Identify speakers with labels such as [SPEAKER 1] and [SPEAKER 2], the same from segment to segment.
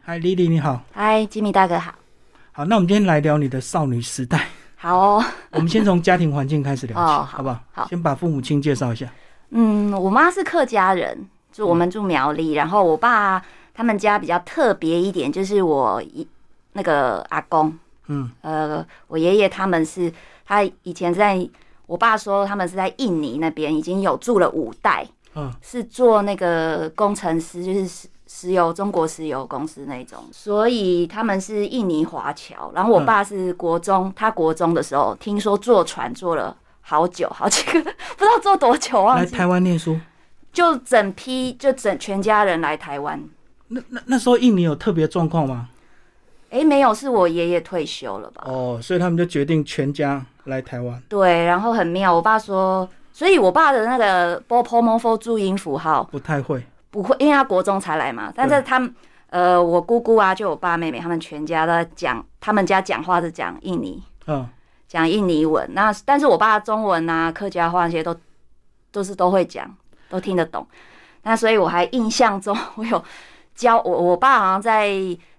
[SPEAKER 1] 嗨，Lily 你好，
[SPEAKER 2] 嗨，吉米大哥好，
[SPEAKER 1] 好，那我们今天来聊你的少女时代。
[SPEAKER 2] 好哦。
[SPEAKER 1] 我们先从家庭环境开始聊起，
[SPEAKER 2] 哦好
[SPEAKER 1] 好不好？
[SPEAKER 2] 好
[SPEAKER 1] 先把父母亲介绍一下。
[SPEAKER 2] 嗯，我妈是客家人，就我们住苗栗，然后我爸他们家比较特别一点，就是我一那个阿公，
[SPEAKER 1] 嗯，
[SPEAKER 2] 呃，我爷爷他们是他以前在。我爸说他们是在印尼那边已经有住了五代，
[SPEAKER 1] 嗯，
[SPEAKER 2] 是做那个工程师，就是石石油中国石油公司那种，所以他们是印尼华侨。然后我爸是国中，他国中的时候听说坐船坐了好久，好几个 不知道坐多久，忘
[SPEAKER 1] 来
[SPEAKER 2] 记。
[SPEAKER 1] 台湾念书，
[SPEAKER 2] 就整批就整全家人来台湾。
[SPEAKER 1] 那那那时候印尼有特别状况吗？
[SPEAKER 2] 诶，没有，是我爷爷退休了吧？
[SPEAKER 1] 哦，所以他们就决定全家来台湾。
[SPEAKER 2] 对，然后很妙，我爸说，所以我爸的那个 b o p o m o f o 注音符号
[SPEAKER 1] 不太会，
[SPEAKER 2] 不会，因为他国中才来嘛，但是他们。呃，我姑姑啊，就我爸、妹妹，他们全家都在讲，他们家讲话是讲印尼，
[SPEAKER 1] 嗯，
[SPEAKER 2] 讲印尼文。那但是我爸中文啊、客家话那些都都是都会讲，都听得懂。那所以我还印象中， 我有教我我爸好像在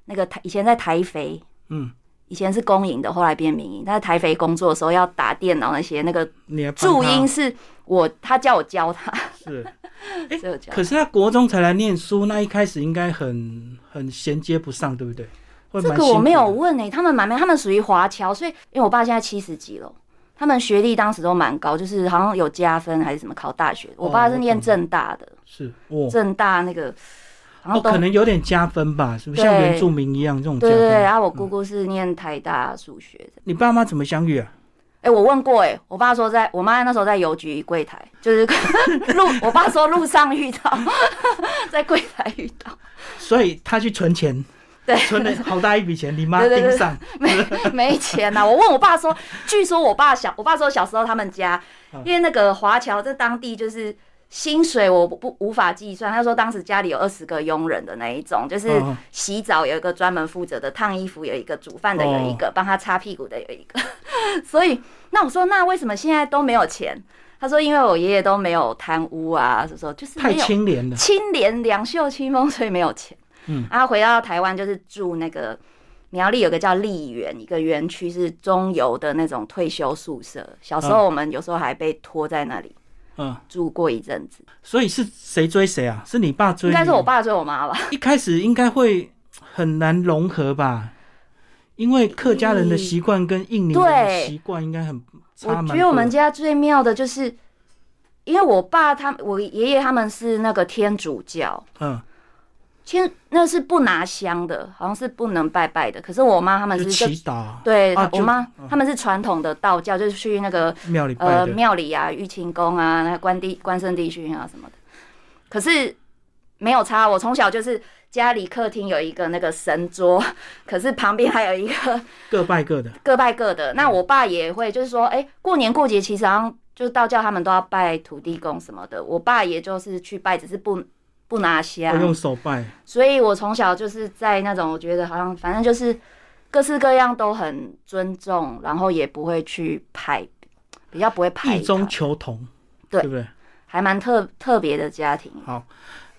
[SPEAKER 2] 那个台以前在台肥，
[SPEAKER 1] 嗯，
[SPEAKER 2] 以前是公营的，后来变民营。但是台肥工作的时候要打电脑那些，那个
[SPEAKER 1] 你还帮
[SPEAKER 2] 注
[SPEAKER 1] 他
[SPEAKER 2] 音是我他叫我教他，
[SPEAKER 1] 是，
[SPEAKER 2] 所以我教。
[SPEAKER 1] 可是他国中才来念书，那一开始应该很很衔接不上，对不对？会
[SPEAKER 2] 这
[SPEAKER 1] 蛮
[SPEAKER 2] 个
[SPEAKER 1] 辛
[SPEAKER 2] 我
[SPEAKER 1] 苦
[SPEAKER 2] 没有
[SPEAKER 1] 的
[SPEAKER 2] 问欸诶、他们蛮没，他们属于华侨，所以因为我爸现在七十几了，他们学历当时都蛮高，就是好像有加分还是什么考大学。我爸
[SPEAKER 1] 哦
[SPEAKER 2] 是
[SPEAKER 1] 我
[SPEAKER 2] 念
[SPEAKER 1] 懂
[SPEAKER 2] 政大的，
[SPEAKER 1] 是哦
[SPEAKER 2] 正大那个，然
[SPEAKER 1] 哦，
[SPEAKER 2] 后都、
[SPEAKER 1] 可能有点加分吧，是不是
[SPEAKER 2] 对
[SPEAKER 1] 像原住民一样这种加
[SPEAKER 2] 对对对，
[SPEAKER 1] 分？
[SPEAKER 2] 然后我姑姑是念台大数学的。
[SPEAKER 1] 你爸妈怎么相遇啊？
[SPEAKER 2] 哎、我问过哎、我爸说在我妈那时候在邮局柜台，就是 路，我爸说路上遇到， 在柜台遇到，
[SPEAKER 1] 所以他去存钱，
[SPEAKER 2] 对
[SPEAKER 1] 存了好大一笔钱，你妈
[SPEAKER 2] 对对对
[SPEAKER 1] 盯上，
[SPEAKER 2] 没没钱呐、我问我爸说，据说我爸小，我爸说小时候他们家
[SPEAKER 1] 嗯，
[SPEAKER 2] 因为那个华侨在当地就是。薪水我不不无法计算，他说当时家里有二十个佣人的那一种，就是
[SPEAKER 1] 嗯嗯
[SPEAKER 2] 洗澡有一个专门负责的，烫衣服有一个，煮饭的有一
[SPEAKER 1] 哦
[SPEAKER 2] 个，帮他擦屁股的有一个。 所以那我说那为什么现在都没有钱？他说因为我爷爷都没有贪污啊，就说就是
[SPEAKER 1] 太
[SPEAKER 2] 没有
[SPEAKER 1] 清廉了。
[SPEAKER 2] 清廉、两袖清风，所以没有钱。
[SPEAKER 1] 嗯，
[SPEAKER 2] 然后回到台湾就是住那个苗栗有个叫丽园，一个园区是中游的那种退休宿舍。小时候我们有时候还被拖在那里
[SPEAKER 1] 嗯，
[SPEAKER 2] 住过一阵子，
[SPEAKER 1] 所以是谁追谁啊？是你爸追
[SPEAKER 2] 应
[SPEAKER 1] 你？
[SPEAKER 2] 该是我爸追我妈吧。
[SPEAKER 1] 一开始应该会很难融合吧，因为客家人的习惯跟印尼人的
[SPEAKER 2] 对
[SPEAKER 1] 习惯应该很差
[SPEAKER 2] 嗯我
[SPEAKER 1] 蛮多。
[SPEAKER 2] 觉得我们家最妙的就是，因为我爸他我爷爷他们是那个天主教，
[SPEAKER 1] 嗯，
[SPEAKER 2] 天那是不拿香的，好像是不能拜拜的。可是我妈他们
[SPEAKER 1] 就是是
[SPEAKER 2] 就
[SPEAKER 1] 祈祷
[SPEAKER 2] 对、
[SPEAKER 1] 啊
[SPEAKER 2] 我
[SPEAKER 1] 就
[SPEAKER 2] 妈他们是传统的道教，就是去那个
[SPEAKER 1] 庙里拜
[SPEAKER 2] 呃
[SPEAKER 1] 的，
[SPEAKER 2] 庙里啊、玉清宫啊、那关地关圣帝君啊什么的。可是没有差，我从小就是家里客厅有一个那个神桌， 可是旁边还有一个
[SPEAKER 1] 各拜各的。
[SPEAKER 2] 各拜各的。
[SPEAKER 1] 嗯
[SPEAKER 2] 那我爸也会，就是说，哎、过年过节其实好像就是道教他们都要拜土地公什么的，我爸也就是去拜，只是不不拿
[SPEAKER 1] 我
[SPEAKER 2] 香
[SPEAKER 1] 哦用。手拜，
[SPEAKER 2] 所以我从小就是在那种我觉得好像反正就是各式各样都很尊重，然后也不会去排，比较不会排
[SPEAKER 1] 异中
[SPEAKER 2] 他
[SPEAKER 1] 求同，
[SPEAKER 2] 对
[SPEAKER 1] 不对？
[SPEAKER 2] 还蛮特特别的家庭。
[SPEAKER 1] 好，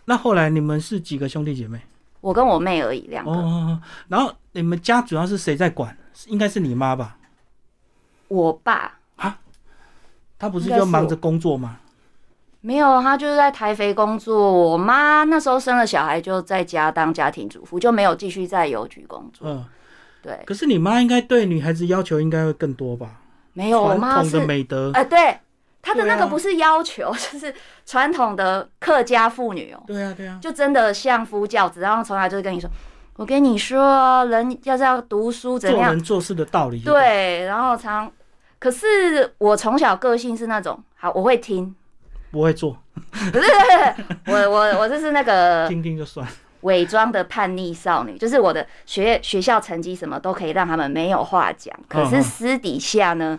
[SPEAKER 1] 那后来你们是几个兄弟姐妹？
[SPEAKER 2] 我跟我妹而已，两
[SPEAKER 1] 哦
[SPEAKER 2] 个。
[SPEAKER 1] 哦，哦然后你们家主要是谁在管？应该是你妈吧？
[SPEAKER 2] 我爸
[SPEAKER 1] 她不是
[SPEAKER 2] 应该是
[SPEAKER 1] 就忙
[SPEAKER 2] 我
[SPEAKER 1] 着工作吗？
[SPEAKER 2] 没有，他就是在台肥工作。我妈那时候生了小孩，就在家当家庭主妇，就没有继续在邮局工作。
[SPEAKER 1] 嗯，
[SPEAKER 2] 对，
[SPEAKER 1] 可是你妈应该对女孩子要求应该会更多吧？
[SPEAKER 2] 没有，我妈
[SPEAKER 1] 传统
[SPEAKER 2] 是
[SPEAKER 1] 的美德，
[SPEAKER 2] 哎、对，她的那
[SPEAKER 1] 对
[SPEAKER 2] 个
[SPEAKER 1] 啊
[SPEAKER 2] 不是要求， 就是传统的客家妇女哦、
[SPEAKER 1] 对啊，对啊，
[SPEAKER 2] 就真的像夫教子，然后从来就是跟你说，我跟你说，哦人要是要读书怎
[SPEAKER 1] 做
[SPEAKER 2] 样，
[SPEAKER 1] 人做事的道理。，
[SPEAKER 2] 对，然后常。可是我从小个性是那种，好，我会听，
[SPEAKER 1] 不会做，
[SPEAKER 2] 不是，我我我就是那个
[SPEAKER 1] 听听就算。
[SPEAKER 2] 伪装的叛逆少女，就是我的学学校成绩什么都可以让他们没有话讲，可
[SPEAKER 1] 嗯
[SPEAKER 2] 是
[SPEAKER 1] 嗯
[SPEAKER 2] 私底下呢，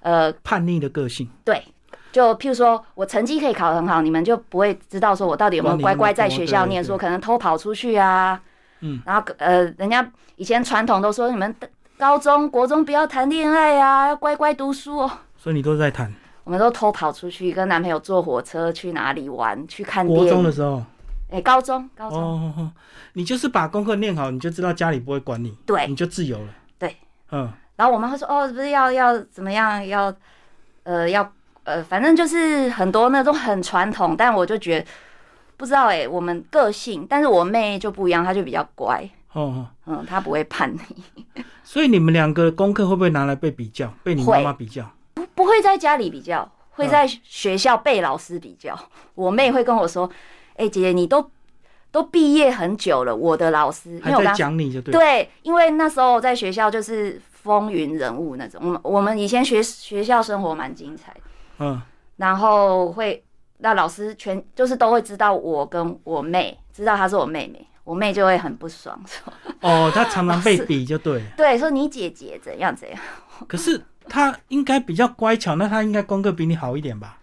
[SPEAKER 2] 呃，
[SPEAKER 1] 叛逆的个性，
[SPEAKER 2] 对，就譬如说我成绩可以考得很好，你们就不会知道说我到底有没有
[SPEAKER 1] 不知道
[SPEAKER 2] 乖
[SPEAKER 1] 你有没有
[SPEAKER 2] 乖在学校念
[SPEAKER 1] 对
[SPEAKER 2] 书，可能偷跑出去啊，
[SPEAKER 1] 嗯，
[SPEAKER 2] 然后呃，人家以前传统都说你们高中国中不要谈恋爱啊，要乖乖读书哦。
[SPEAKER 1] 所以你都在谈。
[SPEAKER 2] 我们都偷跑出去，跟男朋友坐火车去哪里玩，去看电
[SPEAKER 1] 国中
[SPEAKER 2] 影
[SPEAKER 1] 的。时候，
[SPEAKER 2] 哎、高中高中、
[SPEAKER 1] 哦，你就是把功课念好，你就知道家里不会管你，
[SPEAKER 2] 对
[SPEAKER 1] 你就自由了。
[SPEAKER 2] 对，
[SPEAKER 1] 嗯，
[SPEAKER 2] 然后我妈会说：“哦，不是要要怎么样，要呃要呃，反正就是很多那种很传统。”但我就觉得不知道哎、我们个性，但是我妹就不一样，她就比较乖，
[SPEAKER 1] 哦哦，
[SPEAKER 2] 嗯，她不会叛逆，
[SPEAKER 1] 所以你们两个功课会不会拿来被比较，被你妈妈比较？
[SPEAKER 2] 不不会在家里比较，
[SPEAKER 1] 嗯
[SPEAKER 2] 会在学校被老师比较。我妹会跟我说：“哎、姐姐，你都都毕业很久了，我的老师，因
[SPEAKER 1] 还
[SPEAKER 2] 为我
[SPEAKER 1] 在
[SPEAKER 2] 刚
[SPEAKER 1] 讲你就对了，
[SPEAKER 2] 对，因为那时候我在学校就是风云人物那种，我们我们以前学学校生活蛮精彩的。”
[SPEAKER 1] 嗯，
[SPEAKER 2] 然后会那老师全就是都会知道我跟我妹，知道她是我妹妹，我妹就会很不爽，说
[SPEAKER 1] 哦，他常 常被比就对了。
[SPEAKER 2] 对，说你姐姐怎样怎样。
[SPEAKER 1] 可是他应该比较乖巧，那他应该功课比你好一点吧？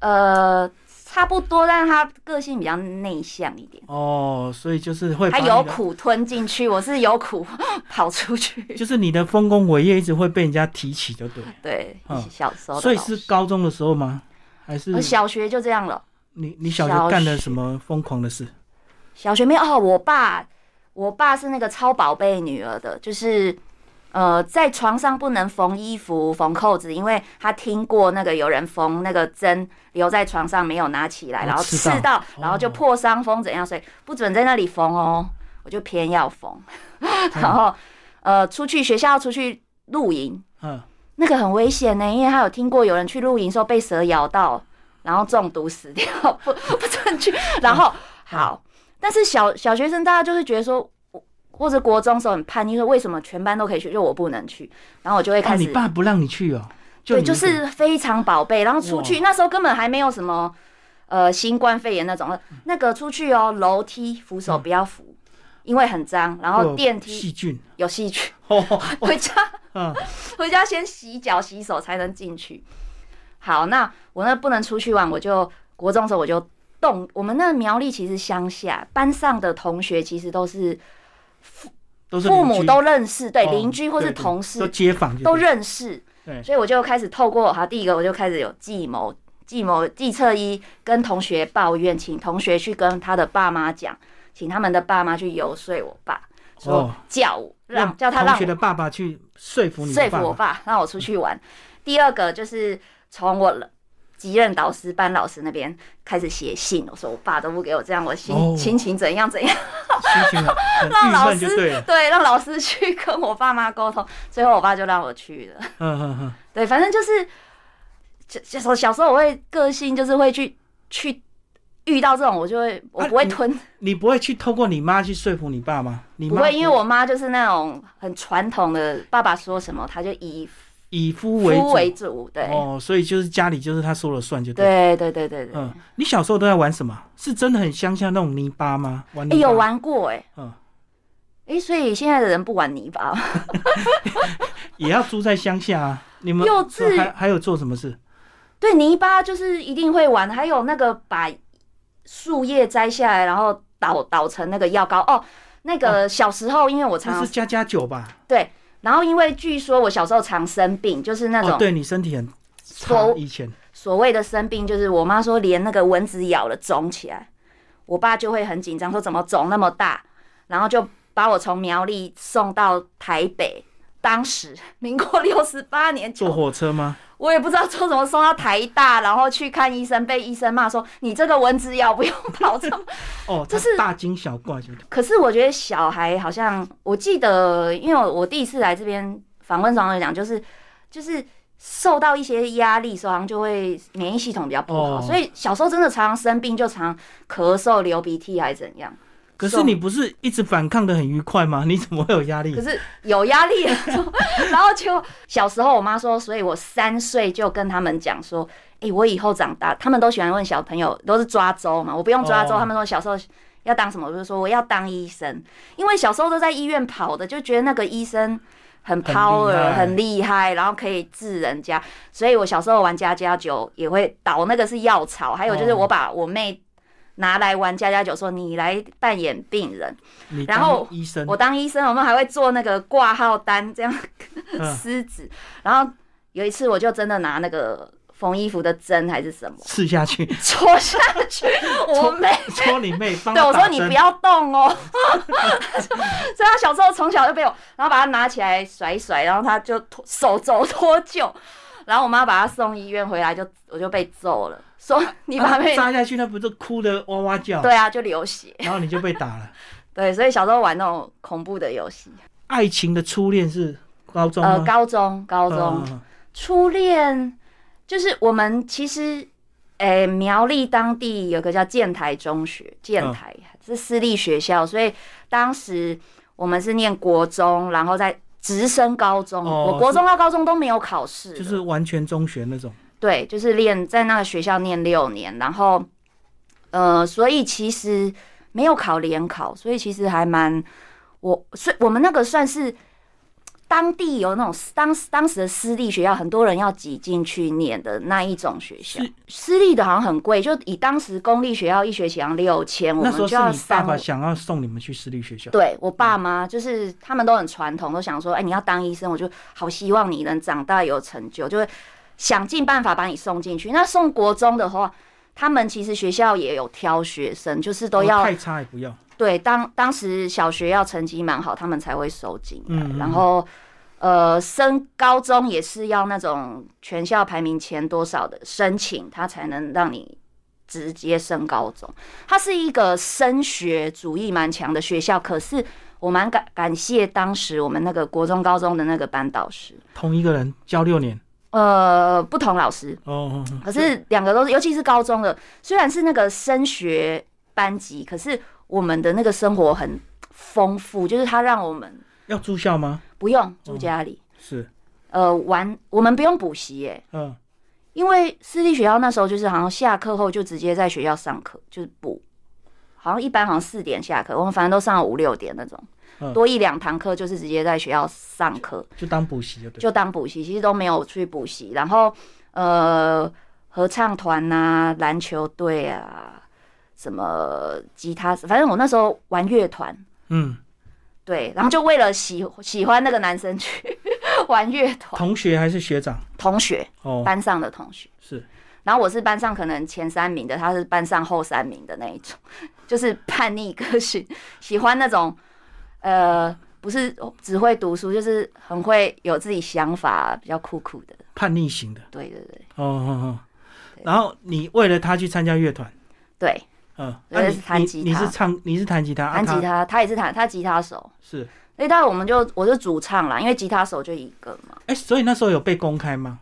[SPEAKER 2] 呃，差不多，但是她个性比较内向一点，
[SPEAKER 1] 哦，所以就是会把
[SPEAKER 2] 她
[SPEAKER 1] 你
[SPEAKER 2] 有
[SPEAKER 1] 的，
[SPEAKER 2] 苦吞进去，我是有苦跑出去。
[SPEAKER 1] 就是你的丰功伟业一直会被人家提起就对了。
[SPEAKER 2] 对，
[SPEAKER 1] 嗯
[SPEAKER 2] 小时候的
[SPEAKER 1] 所以
[SPEAKER 2] 老
[SPEAKER 1] 是
[SPEAKER 2] 师
[SPEAKER 1] 高中的时候吗？还是
[SPEAKER 2] 我小学就这样了。
[SPEAKER 1] 你你小
[SPEAKER 2] 小
[SPEAKER 1] 学干了
[SPEAKER 2] 学
[SPEAKER 1] 什么疯狂的事？
[SPEAKER 2] 小学妹哦，我爸，我爸是那个超宝贝女儿的，就是呃，在床上不能缝衣服、缝扣子，因为他听过那个有人缝那个针留在床上没有拿起来，
[SPEAKER 1] 哦
[SPEAKER 2] 然后
[SPEAKER 1] 刺
[SPEAKER 2] 刺
[SPEAKER 1] 到
[SPEAKER 2] 到，然后就
[SPEAKER 1] 哦
[SPEAKER 2] 破伤风怎样，所以不准在那里缝哦，我就偏要缝， 然后呃，出去学校出去露营，
[SPEAKER 1] 嗯，
[SPEAKER 2] 那个很危险呢，因为他有听过有人去露营时候被蛇咬到，然后中毒死掉， 不不 准去。然后好，
[SPEAKER 1] 嗯
[SPEAKER 2] 但是小小学生大家就会觉得说，我或者国中时候很叛逆，说为什么全班都可以去，就我不能去？然后我就会
[SPEAKER 1] 哦，
[SPEAKER 2] 开
[SPEAKER 1] 你
[SPEAKER 2] 始，
[SPEAKER 1] 爸不让你去哦，
[SPEAKER 2] 对，
[SPEAKER 1] 你一
[SPEAKER 2] 就
[SPEAKER 1] 个人
[SPEAKER 2] 是非常宝贝。然后出去那时候根本还没有什么呃新冠肺炎那种，
[SPEAKER 1] 嗯
[SPEAKER 2] 那个出去哦，楼梯扶手不要扶，因为很脏，然
[SPEAKER 1] 会
[SPEAKER 2] 后
[SPEAKER 1] 有
[SPEAKER 2] 电梯
[SPEAKER 1] 嗯哦细 菌
[SPEAKER 2] 有细菌，
[SPEAKER 1] 哦，
[SPEAKER 2] 回家
[SPEAKER 1] 嗯，
[SPEAKER 2] 回家先洗脚洗手才能进去。好，那我那不能出去玩，我就国中的时候我就动。我们那苗栗其实乡下，班上的同学其实都是
[SPEAKER 1] 都是
[SPEAKER 2] 父
[SPEAKER 1] 邻
[SPEAKER 2] 母
[SPEAKER 1] 居
[SPEAKER 2] 都认识，对
[SPEAKER 1] 哦
[SPEAKER 2] 邻居或是
[SPEAKER 1] 对对
[SPEAKER 2] 同
[SPEAKER 1] 都
[SPEAKER 2] 事
[SPEAKER 1] 街坊就
[SPEAKER 2] 都
[SPEAKER 1] 对
[SPEAKER 2] 认识
[SPEAKER 1] 对，
[SPEAKER 2] 所以我就开始透过好，第一个我就开始有计谋。计谋计策一，跟同学抱怨，请同学去跟他的爸妈讲，请他们的爸妈去游说我爸，说
[SPEAKER 1] 哦
[SPEAKER 2] 叫我让叫他
[SPEAKER 1] 同
[SPEAKER 2] 让
[SPEAKER 1] 学
[SPEAKER 2] 我
[SPEAKER 1] 的爸爸去说服你的
[SPEAKER 2] 说服
[SPEAKER 1] 爸
[SPEAKER 2] 我
[SPEAKER 1] 爸
[SPEAKER 2] 爸让我出去玩。第二个就是从我级任导师、班老师那边开始写信，我说我爸都不给我这样，我心、
[SPEAKER 1] 哦
[SPEAKER 2] 心情怎样怎样，
[SPEAKER 1] 心 情很很
[SPEAKER 2] 让
[SPEAKER 1] 郁
[SPEAKER 2] 老
[SPEAKER 1] 闷就
[SPEAKER 2] 师
[SPEAKER 1] 对了，
[SPEAKER 2] 对，让老师去跟我爸妈沟通。最后我爸就让我去了。
[SPEAKER 1] 嗯嗯嗯，
[SPEAKER 2] 对，反正就是，就就小小时候我会个性就是会去去遇到这种，我就会我
[SPEAKER 1] 啊
[SPEAKER 2] 不会
[SPEAKER 1] 你
[SPEAKER 2] 吞，
[SPEAKER 1] 你不会去透过你妈去说服你爸吗？你
[SPEAKER 2] 不
[SPEAKER 1] 妈
[SPEAKER 2] 会，因为我妈就是那种很传统的，爸爸说什么他就以
[SPEAKER 1] 以夫为
[SPEAKER 2] 夫
[SPEAKER 1] 主
[SPEAKER 2] 为主，对。
[SPEAKER 1] 哦，所以就是家里就是他说了算就对了。
[SPEAKER 2] 对对对对对，
[SPEAKER 1] 嗯，你小时候都在玩什么？是真的很乡下那种泥巴吗？玩
[SPEAKER 2] 哎、
[SPEAKER 1] 泥巴
[SPEAKER 2] 有，玩过哎、
[SPEAKER 1] 嗯
[SPEAKER 2] 哎、所以现在的人不玩泥巴，哦
[SPEAKER 1] 也要住在乡下啊。你们
[SPEAKER 2] 幼稚
[SPEAKER 1] 还还有做什么事？
[SPEAKER 2] 对泥巴就是一定会玩，还有那个把树叶摘下来，然后捣捣成那个药膏哦。那个小时候，因为我
[SPEAKER 1] 那
[SPEAKER 2] 常
[SPEAKER 1] 是家家酒吧？
[SPEAKER 2] 然后因为据说我小时候常生病，就是那
[SPEAKER 1] 哦，
[SPEAKER 2] 种
[SPEAKER 1] 对你身体很差
[SPEAKER 2] 所，
[SPEAKER 1] 以前
[SPEAKER 2] 所谓的生病，就是我妈说连那个蚊子咬了肿起来，我爸就会很紧张，说怎么肿那么大，然后就把我从苗栗送到台北。当时民国六十八年
[SPEAKER 1] 坐火车吗？
[SPEAKER 2] 我也不知道做什么，送到台大，然后去看医生，被医生骂说你这个蚊子咬不用跑这么。
[SPEAKER 1] 哦，
[SPEAKER 2] 就
[SPEAKER 1] 他
[SPEAKER 2] 是
[SPEAKER 1] 大惊小怪就对
[SPEAKER 2] 可是我觉得小孩好像，我记得，因为我我第一次来这边访问上有讲，就是就是受到一些压力的时候，好像就会免疫系统比较不好，
[SPEAKER 1] 哦
[SPEAKER 2] 所以小时候真的常常生病，就常咳嗽、流鼻涕还怎样。
[SPEAKER 1] 可是你不是一直反抗的很愉快吗？你怎么会有压力
[SPEAKER 2] 可？是有压力了，然后就小时候我妈说，所以我三岁就跟他们讲说，诶，我以后长大，他们都喜欢问小朋友，都是抓周嘛，我不用抓周，
[SPEAKER 1] 哦
[SPEAKER 2] 他们说小时候要当什么，我就说我要当医生，因为小时候都在医院跑的，就觉得那个医生。很
[SPEAKER 1] 很厉
[SPEAKER 2] power，
[SPEAKER 1] 害
[SPEAKER 2] 很厉害，然后可以治人家，所以我小时候玩家家酒也会倒那个是药草，还有就是
[SPEAKER 1] 哦
[SPEAKER 2] 我把我妹拿来玩家家酒，说你来扮演病人，
[SPEAKER 1] 你
[SPEAKER 2] 然后
[SPEAKER 1] 当医生，
[SPEAKER 2] 我当医生，我们还会做那个挂号单，这样
[SPEAKER 1] 嗯
[SPEAKER 2] 撕纸。然后有一次，我就真的拿那个缝衣服的针还是 什么
[SPEAKER 1] 刺下 去，
[SPEAKER 2] 戳下去，我妹。
[SPEAKER 1] 戳你妹，帮
[SPEAKER 2] 对，
[SPEAKER 1] 她
[SPEAKER 2] 我说
[SPEAKER 1] 打
[SPEAKER 2] 你
[SPEAKER 1] 针啊
[SPEAKER 2] 不要动哦， 所以他小时候从小就被我，然后把他拿起来甩一甩，然后他就脱手肘脱臼，然后我妈把他送医院回来就我就被揍了，说你把
[SPEAKER 1] 啊
[SPEAKER 2] 妹、
[SPEAKER 1] 扎下去，那不是哭的哇哇叫，
[SPEAKER 2] 对啊就流血，
[SPEAKER 1] 然后你就被打了。
[SPEAKER 2] 对，所以小时候玩那种恐怖的游戏，
[SPEAKER 1] 爱情的初恋是高中
[SPEAKER 2] 呃，
[SPEAKER 1] 吗？
[SPEAKER 2] 高中高中、
[SPEAKER 1] 嗯
[SPEAKER 2] 初恋就是我们其实。诶、苗栗当地有个叫建台中学，建
[SPEAKER 1] 嗯
[SPEAKER 2] 台、是私立学校，所以当时我们是念国中，然后再直升高中。
[SPEAKER 1] 哦
[SPEAKER 2] 我国中到高中都没有考试的，
[SPEAKER 1] 就是完全中学那种。
[SPEAKER 2] 对，就是练在那个学校念六年，然后呃，所以其实没有考联考，所以其实还蛮我，所以我们那个算是当地有那种当当时的私立学校，很多人要挤进去念的那一种学校
[SPEAKER 1] 是。
[SPEAKER 2] 私立的好像很贵，就以当时公立学校一学期好像六千，我
[SPEAKER 1] 那
[SPEAKER 2] 们
[SPEAKER 1] 时候
[SPEAKER 2] 就是要
[SPEAKER 1] 你爸
[SPEAKER 2] 三
[SPEAKER 1] 爸想要送你们去私立学校，
[SPEAKER 2] 对我爸
[SPEAKER 1] 嗯
[SPEAKER 2] 妈就是他们都很传统，都想说，哎、你要当医生，我就好希望你能长大有成就，就会想尽办法把你送进去。那送国中的话，他们其实学校也有挑学生，就是都
[SPEAKER 1] 哦
[SPEAKER 2] 要、
[SPEAKER 1] 太差也不要。
[SPEAKER 2] 对当当时小学要成绩蛮好，他们才会收进来。
[SPEAKER 1] 嗯嗯
[SPEAKER 2] 然后呃，升高中也是要那种全校排名前多少的申请，他才能让你直接升高中。它是一个升学主义蛮强的学校，可是我蛮感感谢当时我们那个国中、高中的那个班导师，
[SPEAKER 1] 同一个人教六年
[SPEAKER 2] 呃，不同老师，
[SPEAKER 1] 哦，
[SPEAKER 2] 可是两个都是，尤其是高中的，虽然是那个升学班级，可是我们的那个生活很丰富，就是它让我们
[SPEAKER 1] 要住校吗？
[SPEAKER 2] 不用住家里，
[SPEAKER 1] 是，
[SPEAKER 2] 呃，玩我们不用补习耶，
[SPEAKER 1] 嗯，
[SPEAKER 2] 因为私立学校那时候就是好像下课后就直接在学校上课，就是补，好像一般好像四点下课，我们反正都上了五六点那种
[SPEAKER 1] 嗯，
[SPEAKER 2] 多一两堂课就是直接在学校上课，
[SPEAKER 1] 就当补习就对。
[SPEAKER 2] 就当补习，其实都没有去补习。然后呃，合唱团呐、篮球队啊，什么吉他，反正我那时候玩乐团，
[SPEAKER 1] 嗯，
[SPEAKER 2] 对，然后就为了喜喜欢那个男生去玩乐团，
[SPEAKER 1] 同学还是学长？
[SPEAKER 2] 同学
[SPEAKER 1] 哦，
[SPEAKER 2] 班上的同学。
[SPEAKER 1] 是
[SPEAKER 2] 然后我是班上可能前三名的，他是班上后三名的那一种， 就是叛逆个性，喜欢那种呃，不是只会读书，就是很会有自己想法，比较酷酷的。
[SPEAKER 1] 叛逆型的。
[SPEAKER 2] 对对对
[SPEAKER 1] 哦哦哦。然后你为了他去参加乐团，
[SPEAKER 2] 对，
[SPEAKER 1] 嗯，那
[SPEAKER 2] 我也
[SPEAKER 1] 你
[SPEAKER 2] 是弹
[SPEAKER 1] 你
[SPEAKER 2] 吉
[SPEAKER 1] 你是
[SPEAKER 2] 他
[SPEAKER 1] 唱，你是弹吉他，啊
[SPEAKER 2] 弹吉
[SPEAKER 1] 他
[SPEAKER 2] 他，他也是弹，他吉他手。
[SPEAKER 1] 是。
[SPEAKER 2] 所以当然我们就我就主唱啦，因为吉他手就一个嘛。
[SPEAKER 1] 哎，所以那时候有被公开吗？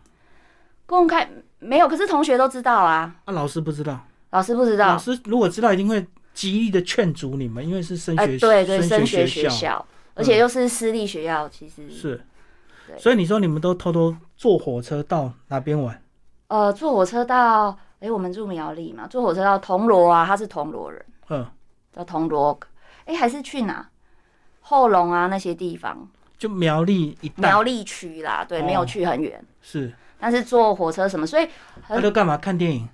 [SPEAKER 2] 公开没有，可是同学都知道啊，
[SPEAKER 1] 啊，老师不知道。
[SPEAKER 2] 老师不知
[SPEAKER 1] 老
[SPEAKER 2] 道。
[SPEAKER 1] 师如果知道，一定会极力的劝阻你们，因为是升学、
[SPEAKER 2] 哎，对对，升
[SPEAKER 1] 学
[SPEAKER 2] 学学
[SPEAKER 1] 校嗯
[SPEAKER 2] 校，而且又是私立学校，其实
[SPEAKER 1] 是。
[SPEAKER 2] 对
[SPEAKER 1] 所以你说你们都偷偷坐火车到哪边玩？
[SPEAKER 2] 呃，坐火车到，哎、我们住苗栗嘛，坐火车到铜锣啊，他是铜锣人，
[SPEAKER 1] 嗯，
[SPEAKER 2] 到铜锣，哎、还是去哪？后龙啊那些地方，
[SPEAKER 1] 就苗栗一带
[SPEAKER 2] 苗栗区啦，对，
[SPEAKER 1] 哦
[SPEAKER 2] 没有去很远，
[SPEAKER 1] 是。
[SPEAKER 2] 但是坐火车什么，所以
[SPEAKER 1] 他都干嘛？看电影？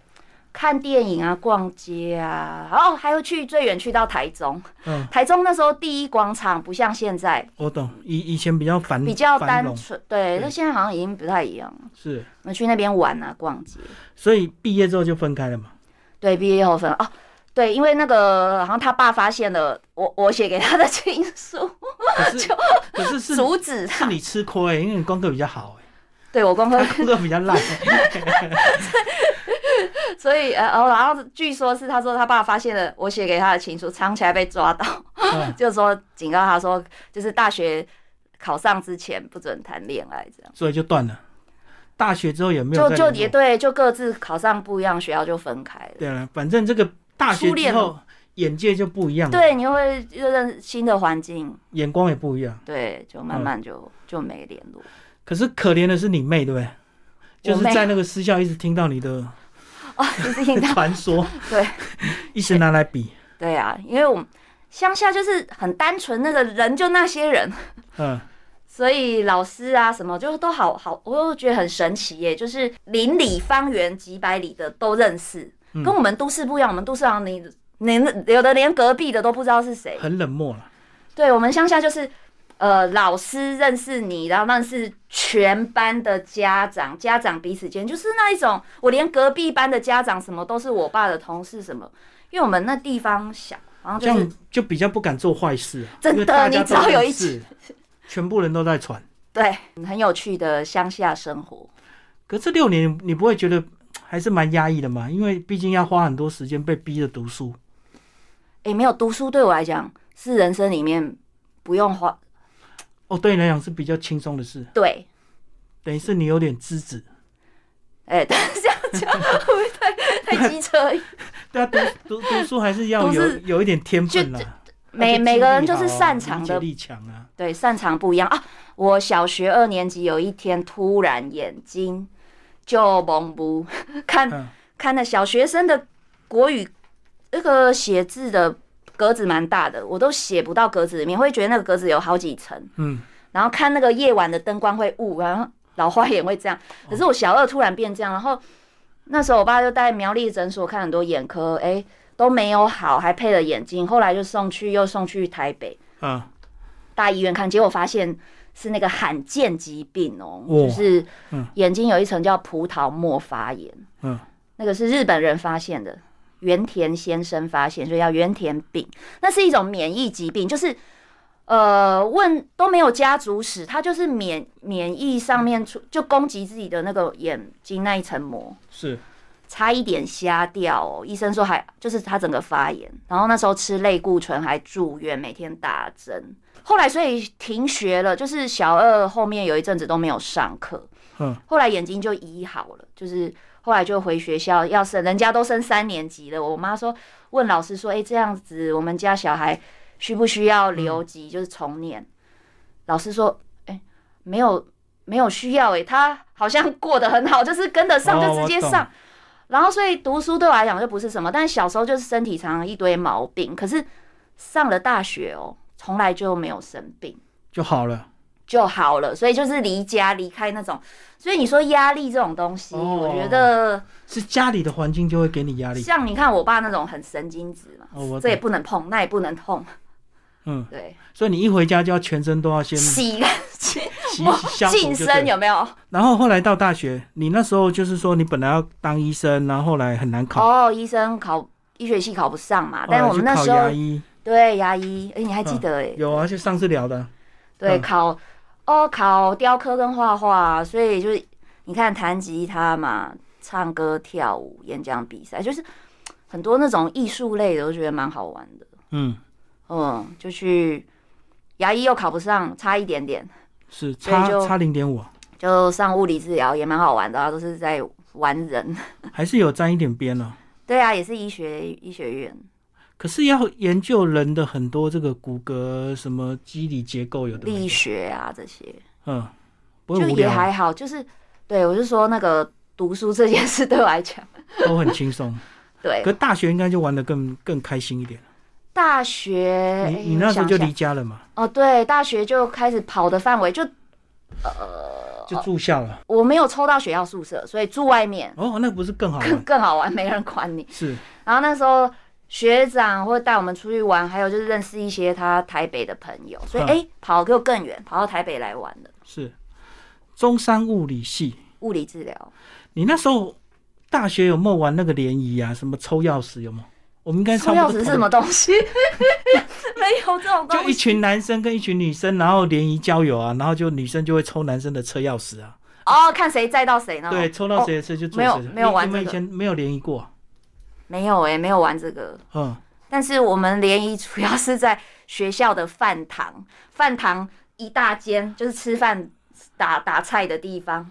[SPEAKER 2] 看电影啊、逛街啊，然后还有去最远去到台中，
[SPEAKER 1] 嗯，
[SPEAKER 2] 台中那时候第一广场不像现在
[SPEAKER 1] 我懂，以以前比较繁
[SPEAKER 2] 比较
[SPEAKER 1] 繁
[SPEAKER 2] 单
[SPEAKER 1] 荣
[SPEAKER 2] 纯，
[SPEAKER 1] 对
[SPEAKER 2] 对，那现在好像已经不太一样了，
[SPEAKER 1] 是，
[SPEAKER 2] 我们去那边玩啊、逛街。
[SPEAKER 1] 所以毕业之后就分开了 嘛。
[SPEAKER 2] 对，毕业后分哦，对，因为那个好像他爸发现了我我写给他的情书，
[SPEAKER 1] 可是可是是
[SPEAKER 2] 阻止
[SPEAKER 1] 是
[SPEAKER 2] 他。
[SPEAKER 1] 你吃亏、因为你功课比较好、
[SPEAKER 2] 对我功课
[SPEAKER 1] 哎，，他功课比较烂、
[SPEAKER 2] 所以呃，哦，然后据说是他说他爸发现了我写给他的情书，藏起来被抓到，
[SPEAKER 1] 嗯，
[SPEAKER 2] 就说警告他说，就是大学考上之前不准谈恋爱这样。
[SPEAKER 1] 所以就断了。大学之后也没有
[SPEAKER 2] 就
[SPEAKER 1] 再
[SPEAKER 2] 就
[SPEAKER 1] 联络
[SPEAKER 2] 也对，就各自考上不一样学校就分开了。
[SPEAKER 1] 对了，反正这个大学之
[SPEAKER 2] 初恋哦
[SPEAKER 1] 后眼界就不一样了，
[SPEAKER 2] 对，你会认认新的环境，
[SPEAKER 1] 眼光也不一样。
[SPEAKER 2] 对，就
[SPEAKER 1] 嗯
[SPEAKER 2] 慢慢就、就没联络。
[SPEAKER 1] 可是可怜的是你妹，对不对？就是
[SPEAKER 2] 妹啊
[SPEAKER 1] 在那个私校一直听到你 的
[SPEAKER 2] 哦， 就是应该
[SPEAKER 1] 传说，
[SPEAKER 2] 对，
[SPEAKER 1] 一直拿来比，
[SPEAKER 2] 对啊，因为我们乡下就是很单纯，那个人就那些人，
[SPEAKER 1] 嗯，
[SPEAKER 2] 所以老师啊什么就都好好，我又觉得很神奇耶，就是邻里方圆几百里的都认识，
[SPEAKER 1] 嗯
[SPEAKER 2] 跟我们都市不一样，我们都市好像你你有的连隔壁的都不知道是谁，
[SPEAKER 1] 很冷漠了，
[SPEAKER 2] 对我们乡下就是。呃，老师认识你，然后认识全班的家长，家长彼此间就是那一种，我连隔壁班的家长什么都是我爸的同事什么，因为我们那地方小，然后
[SPEAKER 1] 这
[SPEAKER 2] 就是
[SPEAKER 1] 样就比较不敢做坏事啊。
[SPEAKER 2] 真的
[SPEAKER 1] 因为大家
[SPEAKER 2] 你只要
[SPEAKER 1] 都
[SPEAKER 2] 有
[SPEAKER 1] 认
[SPEAKER 2] 一
[SPEAKER 1] 识， 全部人都在传。
[SPEAKER 2] 对很有趣的乡下生活。
[SPEAKER 1] 可这六年你不会觉得还是蛮压抑的嘛？因为毕竟要花很多时间被逼着读书。
[SPEAKER 2] 诶，没有读书对我来讲是人生里面不用花
[SPEAKER 1] 哦，对你来讲是比较轻松的事，
[SPEAKER 2] 对，
[SPEAKER 1] 等于是你有点资质。
[SPEAKER 2] 哎、但是这样讲会不会太 太 机车？
[SPEAKER 1] 对啊，读读读书还是要
[SPEAKER 2] 读
[SPEAKER 1] 有
[SPEAKER 2] 是
[SPEAKER 1] 有一点天分啦。而
[SPEAKER 2] 每
[SPEAKER 1] 且
[SPEAKER 2] 每个人
[SPEAKER 1] 记忆
[SPEAKER 2] 就
[SPEAKER 1] 力
[SPEAKER 2] 是
[SPEAKER 1] 好啊
[SPEAKER 2] 擅长
[SPEAKER 1] 理
[SPEAKER 2] 的
[SPEAKER 1] 解力强啊。
[SPEAKER 2] 对，擅长不一样啊！我小学二年级有一天突然眼睛就蒙不， 看、
[SPEAKER 1] 嗯
[SPEAKER 2] 看了小学生的国语那个写字的格子蛮大的，我都写不到格子里面，会觉得那个格子有好几层，
[SPEAKER 1] 嗯，
[SPEAKER 2] 然后看那个夜晚的灯光会雾，然后老花眼会这样。可是我小二突然变这样，然后那时候我爸就带苗栗诊所看很多眼科，哎、都没有好，还配了眼镜，后来就送去又送去台北。
[SPEAKER 1] 啊，
[SPEAKER 2] 大医院看，结果发现是那个罕见疾病哦，
[SPEAKER 1] 哦
[SPEAKER 2] 就是
[SPEAKER 1] 嗯
[SPEAKER 2] 眼睛有一层叫葡萄膜发炎，
[SPEAKER 1] 嗯，
[SPEAKER 2] 那个是日本人发现的，原田先生发现，所以叫原田病。那是一种免疫疾病，就是呃问都没有家族史，它就是免免疫上面出就攻击自己的那个眼睛那一层膜。
[SPEAKER 1] 是
[SPEAKER 2] 差一点瞎掉哦，医生说还就是他整个发炎，然后那时候吃类固醇还住院，每天打针。后来所以停学了，就是小二后面有一阵子都没有上课，
[SPEAKER 1] 嗯，
[SPEAKER 2] 后来眼睛就医好了，就是后来就回学校要升，人家都升三年级了。我妈说问老师说，哎、这样子我们家小孩需不需要留级，
[SPEAKER 1] 嗯
[SPEAKER 2] 就是重念？老师说，哎、没有没有需要、哎，他好像过得很好，就是跟得上
[SPEAKER 1] 哦
[SPEAKER 2] 就直接
[SPEAKER 1] 我懂
[SPEAKER 2] 上。然后所以读书对我来讲就不是什么，但小时候就是身体常常一堆毛病，可是上了大学哦，从来就没有生病
[SPEAKER 1] 就好了。
[SPEAKER 2] 就好了，所以就是离家离开那种，所以你说压力这种东西，
[SPEAKER 1] 哦
[SPEAKER 2] 我觉得
[SPEAKER 1] 是家里的环境就会给你压力。
[SPEAKER 2] 像你看我爸那种很神经质嘛，
[SPEAKER 1] 哦，我
[SPEAKER 2] 这也
[SPEAKER 1] 懂。
[SPEAKER 2] 不能碰，那也不能碰，
[SPEAKER 1] 嗯，
[SPEAKER 2] 对，
[SPEAKER 1] 所以你一回家就要全身都要先 洗
[SPEAKER 2] 洗干净，
[SPEAKER 1] 洗消毒
[SPEAKER 2] 净
[SPEAKER 1] 就
[SPEAKER 2] 身
[SPEAKER 1] 对了。
[SPEAKER 2] 有没有？
[SPEAKER 1] 然后后来到大学，你那时候就是说你本来要当医生，然后后来很难考，
[SPEAKER 2] 哦，医生考医学系考不上嘛，但我
[SPEAKER 1] 后
[SPEAKER 2] 们
[SPEAKER 1] 来
[SPEAKER 2] 那
[SPEAKER 1] 哦去考
[SPEAKER 2] 时
[SPEAKER 1] 牙
[SPEAKER 2] 候
[SPEAKER 1] 医。
[SPEAKER 2] 对牙医，哎，你还记得哎、
[SPEAKER 1] 有啊，就上次聊的，
[SPEAKER 2] 对，
[SPEAKER 1] 嗯
[SPEAKER 2] 考哦，考雕刻跟画画，所以就是你看弹吉他嘛，唱歌、跳舞、演讲比赛，就是很多那种艺术类的，我觉得蛮好玩的。
[SPEAKER 1] 嗯，
[SPEAKER 2] 嗯，就去牙医又考不上，差一点点，
[SPEAKER 1] 是
[SPEAKER 2] 所以
[SPEAKER 1] 差
[SPEAKER 2] 就
[SPEAKER 1] 差零点五，
[SPEAKER 2] 就上物理治疗也蛮好玩的、啊，都是在玩人。
[SPEAKER 1] 还是有沾一点边哦了。
[SPEAKER 2] 对啊，也是医学医学院。
[SPEAKER 1] 可是要研究人的很多这个骨骼什么机理结构有的没的，
[SPEAKER 2] 力学啊这些，
[SPEAKER 1] 嗯，不
[SPEAKER 2] 就
[SPEAKER 1] 会无
[SPEAKER 2] 也
[SPEAKER 1] 聊啊，
[SPEAKER 2] 还好，就是对我是说那个读书这件事对 我来讲，
[SPEAKER 1] 都很轻松。
[SPEAKER 2] 对
[SPEAKER 1] 可大学应该就玩的更更开心一点。
[SPEAKER 2] 大学哎
[SPEAKER 1] 你你那时候
[SPEAKER 2] 我
[SPEAKER 1] 就
[SPEAKER 2] 想想
[SPEAKER 1] 离家了嘛，
[SPEAKER 2] 哦，对，大学就开始跑的范围，就
[SPEAKER 1] 就住校了。
[SPEAKER 2] 我没有抽到学校宿舍，所以住外面
[SPEAKER 1] 哦，那不是更好
[SPEAKER 2] 更
[SPEAKER 1] 玩？
[SPEAKER 2] 更好玩，没人管你。
[SPEAKER 1] 是
[SPEAKER 2] 然后那时候学长会带我们出去玩，还有就是认识一些他台北的朋友，所以
[SPEAKER 1] 嗯
[SPEAKER 2] 哎、跑又更远，跑到台北来玩了。
[SPEAKER 1] 是，中山物理系，
[SPEAKER 2] 物理治疗
[SPEAKER 1] 你那时候大学有没有玩那个联谊啊？什么抽钥匙有没有？我们应该差
[SPEAKER 2] 抽
[SPEAKER 1] 不多
[SPEAKER 2] 钥匙是
[SPEAKER 1] 同
[SPEAKER 2] 什么东西？ 没有这种东
[SPEAKER 1] 就一
[SPEAKER 2] 西。
[SPEAKER 1] 群男生跟一群女生，然后联谊交友啊，然后就女生就会抽男生的车钥匙啊，
[SPEAKER 2] 哦，看谁载到谁呢？
[SPEAKER 1] 对，抽到谁的车就坐
[SPEAKER 2] 哦没有
[SPEAKER 1] 谁的车。
[SPEAKER 2] 没有
[SPEAKER 1] 你
[SPEAKER 2] 玩
[SPEAKER 1] 你们以
[SPEAKER 2] 这个
[SPEAKER 1] 前没有联谊过啊，
[SPEAKER 2] 没有哎、没有玩这个。
[SPEAKER 1] 嗯，
[SPEAKER 2] 但是我们联谊主要是在学校的饭堂， 饭堂一大间就是吃饭打打菜的地方，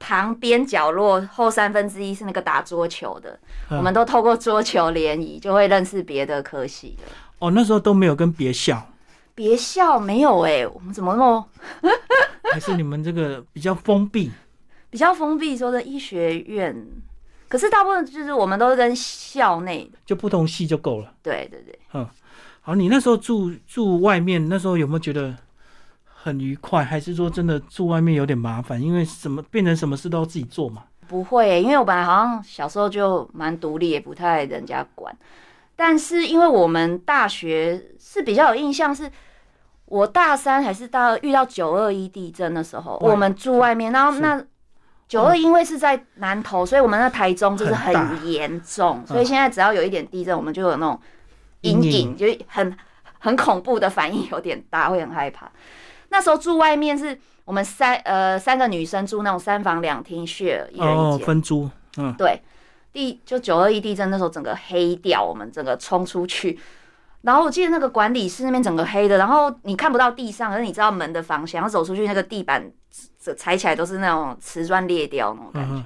[SPEAKER 2] 旁边角落后三分之一是那个打桌球的，
[SPEAKER 1] 嗯
[SPEAKER 2] 我们都透过桌球联谊就会认识别的科系的。
[SPEAKER 1] 哦，那时候都没有跟别校，
[SPEAKER 2] 别校没有哎、我们怎么那么
[SPEAKER 1] 还是你们这个比较封闭，
[SPEAKER 2] 比较封闭？说的医学院，可是大部分就是我们都是跟校内的，
[SPEAKER 1] 就不同系就够了。
[SPEAKER 2] 对对对，
[SPEAKER 1] 好，你那时候住住外面，那时候有没有觉得很愉快？还是说真的住外面有点麻烦？因为什么变成什么事都要自己做嘛？
[SPEAKER 2] 不会、欸，因为我本来好像小时候就蛮独立，也不太人家管。但是因为我们大学是比较有印象是，我大三还是大二遇到九二一地震的时候，
[SPEAKER 1] 哇
[SPEAKER 2] 我们住外面，然后
[SPEAKER 1] 是
[SPEAKER 2] 那九二因为是在南投，所以我们那台中就是
[SPEAKER 1] 很大
[SPEAKER 2] 很严重，所以现在只要有一点地震，我们就有那种
[SPEAKER 1] 阴
[SPEAKER 2] 阴
[SPEAKER 1] 影
[SPEAKER 2] 影，就是很很恐怖的反应，有点大，会很害怕。那时候住外面是我们三呃三个女生住那种三房两厅 share 一人一
[SPEAKER 1] 哦，
[SPEAKER 2] 间，
[SPEAKER 1] 分租，嗯，
[SPEAKER 2] 对，地就九二一地震那时候整个黑掉，我们整个冲出去。然后我记得那个管理室那边整个黑的，然后你看不到地上，可是你知道门的方向，然后走出去那个地板这踩起来都是那种瓷砖裂掉那种感觉，
[SPEAKER 1] 嗯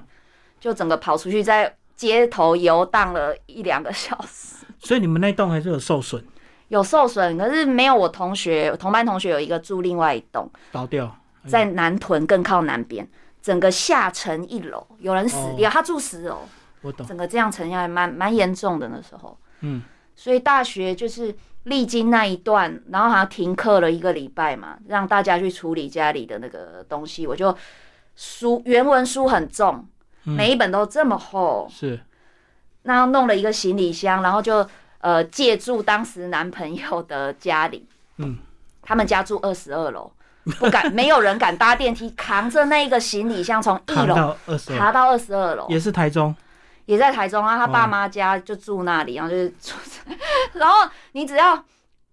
[SPEAKER 2] 就整个跑出去在街头游荡了一两个小时。
[SPEAKER 1] 所以你们那栋还是有受损，
[SPEAKER 2] 有受损，可是没有我同学，我同班同学有一个住另外一栋，
[SPEAKER 1] 倒掉，哎
[SPEAKER 2] 在南屯更靠南边，整个下沉一楼，有人死掉，他住十楼，
[SPEAKER 1] 我哦懂，
[SPEAKER 2] 整个这样沉下来蛮蛮严重的那时候。
[SPEAKER 1] 嗯，
[SPEAKER 2] 所以大学就是历经那一段，然后好像停课了一个礼拜嘛，让大家去处理家里的那个东西。我就书原文书很重，
[SPEAKER 1] 嗯
[SPEAKER 2] 每一本都这么厚，
[SPEAKER 1] 是，
[SPEAKER 2] 那弄了一个行李箱，然后就呃借住当时男朋友的家里，
[SPEAKER 1] 嗯，
[SPEAKER 2] 他们家住二十二楼，不敢， 没有人敢搭电梯，扛着那一个行李箱从一
[SPEAKER 1] 扛
[SPEAKER 2] 楼
[SPEAKER 1] 到二十，
[SPEAKER 2] 爬到二十二楼，
[SPEAKER 1] 也是台中，
[SPEAKER 2] 也在台中啊，他
[SPEAKER 1] 哦
[SPEAKER 2] 爸妈家就住那里，然后就是住， 然后你只要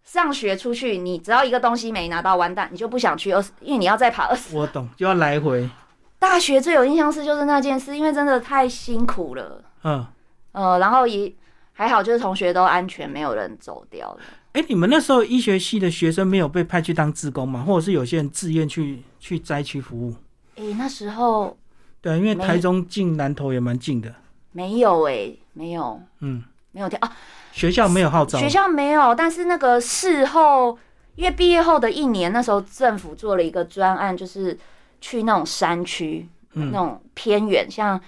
[SPEAKER 2] 上学出去，你只要一个东西没拿到，完蛋，你就不想去二十，因为你要再爬二十。
[SPEAKER 1] 我懂，就要来回，
[SPEAKER 2] 大学最有印象是就是那件事，因为真的太辛苦了，
[SPEAKER 1] 嗯，
[SPEAKER 2] 呃，然后也还好，就是同学都安全，没有人走掉了。
[SPEAKER 1] 哎、你们那时候医学系的学生没有被派去当志工吗？或者是有些人自愿去去灾区服务？
[SPEAKER 2] 诶、那时候
[SPEAKER 1] 对啊，因为
[SPEAKER 2] 没
[SPEAKER 1] 台中进南投也蛮近的，
[SPEAKER 2] 没有诶、没有
[SPEAKER 1] 嗯，
[SPEAKER 2] 没有听啊，
[SPEAKER 1] 学校没有号召，
[SPEAKER 2] 学校没有，但是那个事后，因为毕业后的一年，那时候政府做了一个专案，就是去那种山区，
[SPEAKER 1] 嗯
[SPEAKER 2] 那种偏远，像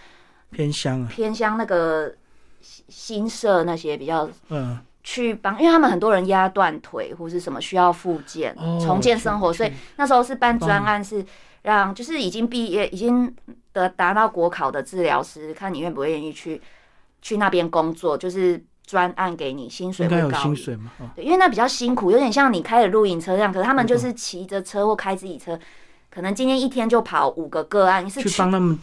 [SPEAKER 1] 偏乡啊，
[SPEAKER 2] 偏乡那个新新社那些比较
[SPEAKER 1] 嗯，
[SPEAKER 2] 去帮，因为他们很多人压断腿或是什么需要复健、
[SPEAKER 1] 哦
[SPEAKER 2] 重建生活，
[SPEAKER 1] 去
[SPEAKER 2] 所以那时候是办专案，是让就是已经毕业、已经得达到国考的治疗师，看你愿不愿意去去那边工作，就是专案给你薪水
[SPEAKER 1] 应该
[SPEAKER 2] 会
[SPEAKER 1] 有
[SPEAKER 2] 高
[SPEAKER 1] 薪
[SPEAKER 2] 一
[SPEAKER 1] 水嘛，哦，
[SPEAKER 2] 对，因为那比较辛苦，有点像你开的露营车这样。可是他们就是骑着车或开自己车，可能今天一天就跑五个个案，是
[SPEAKER 1] 去
[SPEAKER 2] 去
[SPEAKER 1] 帮他们。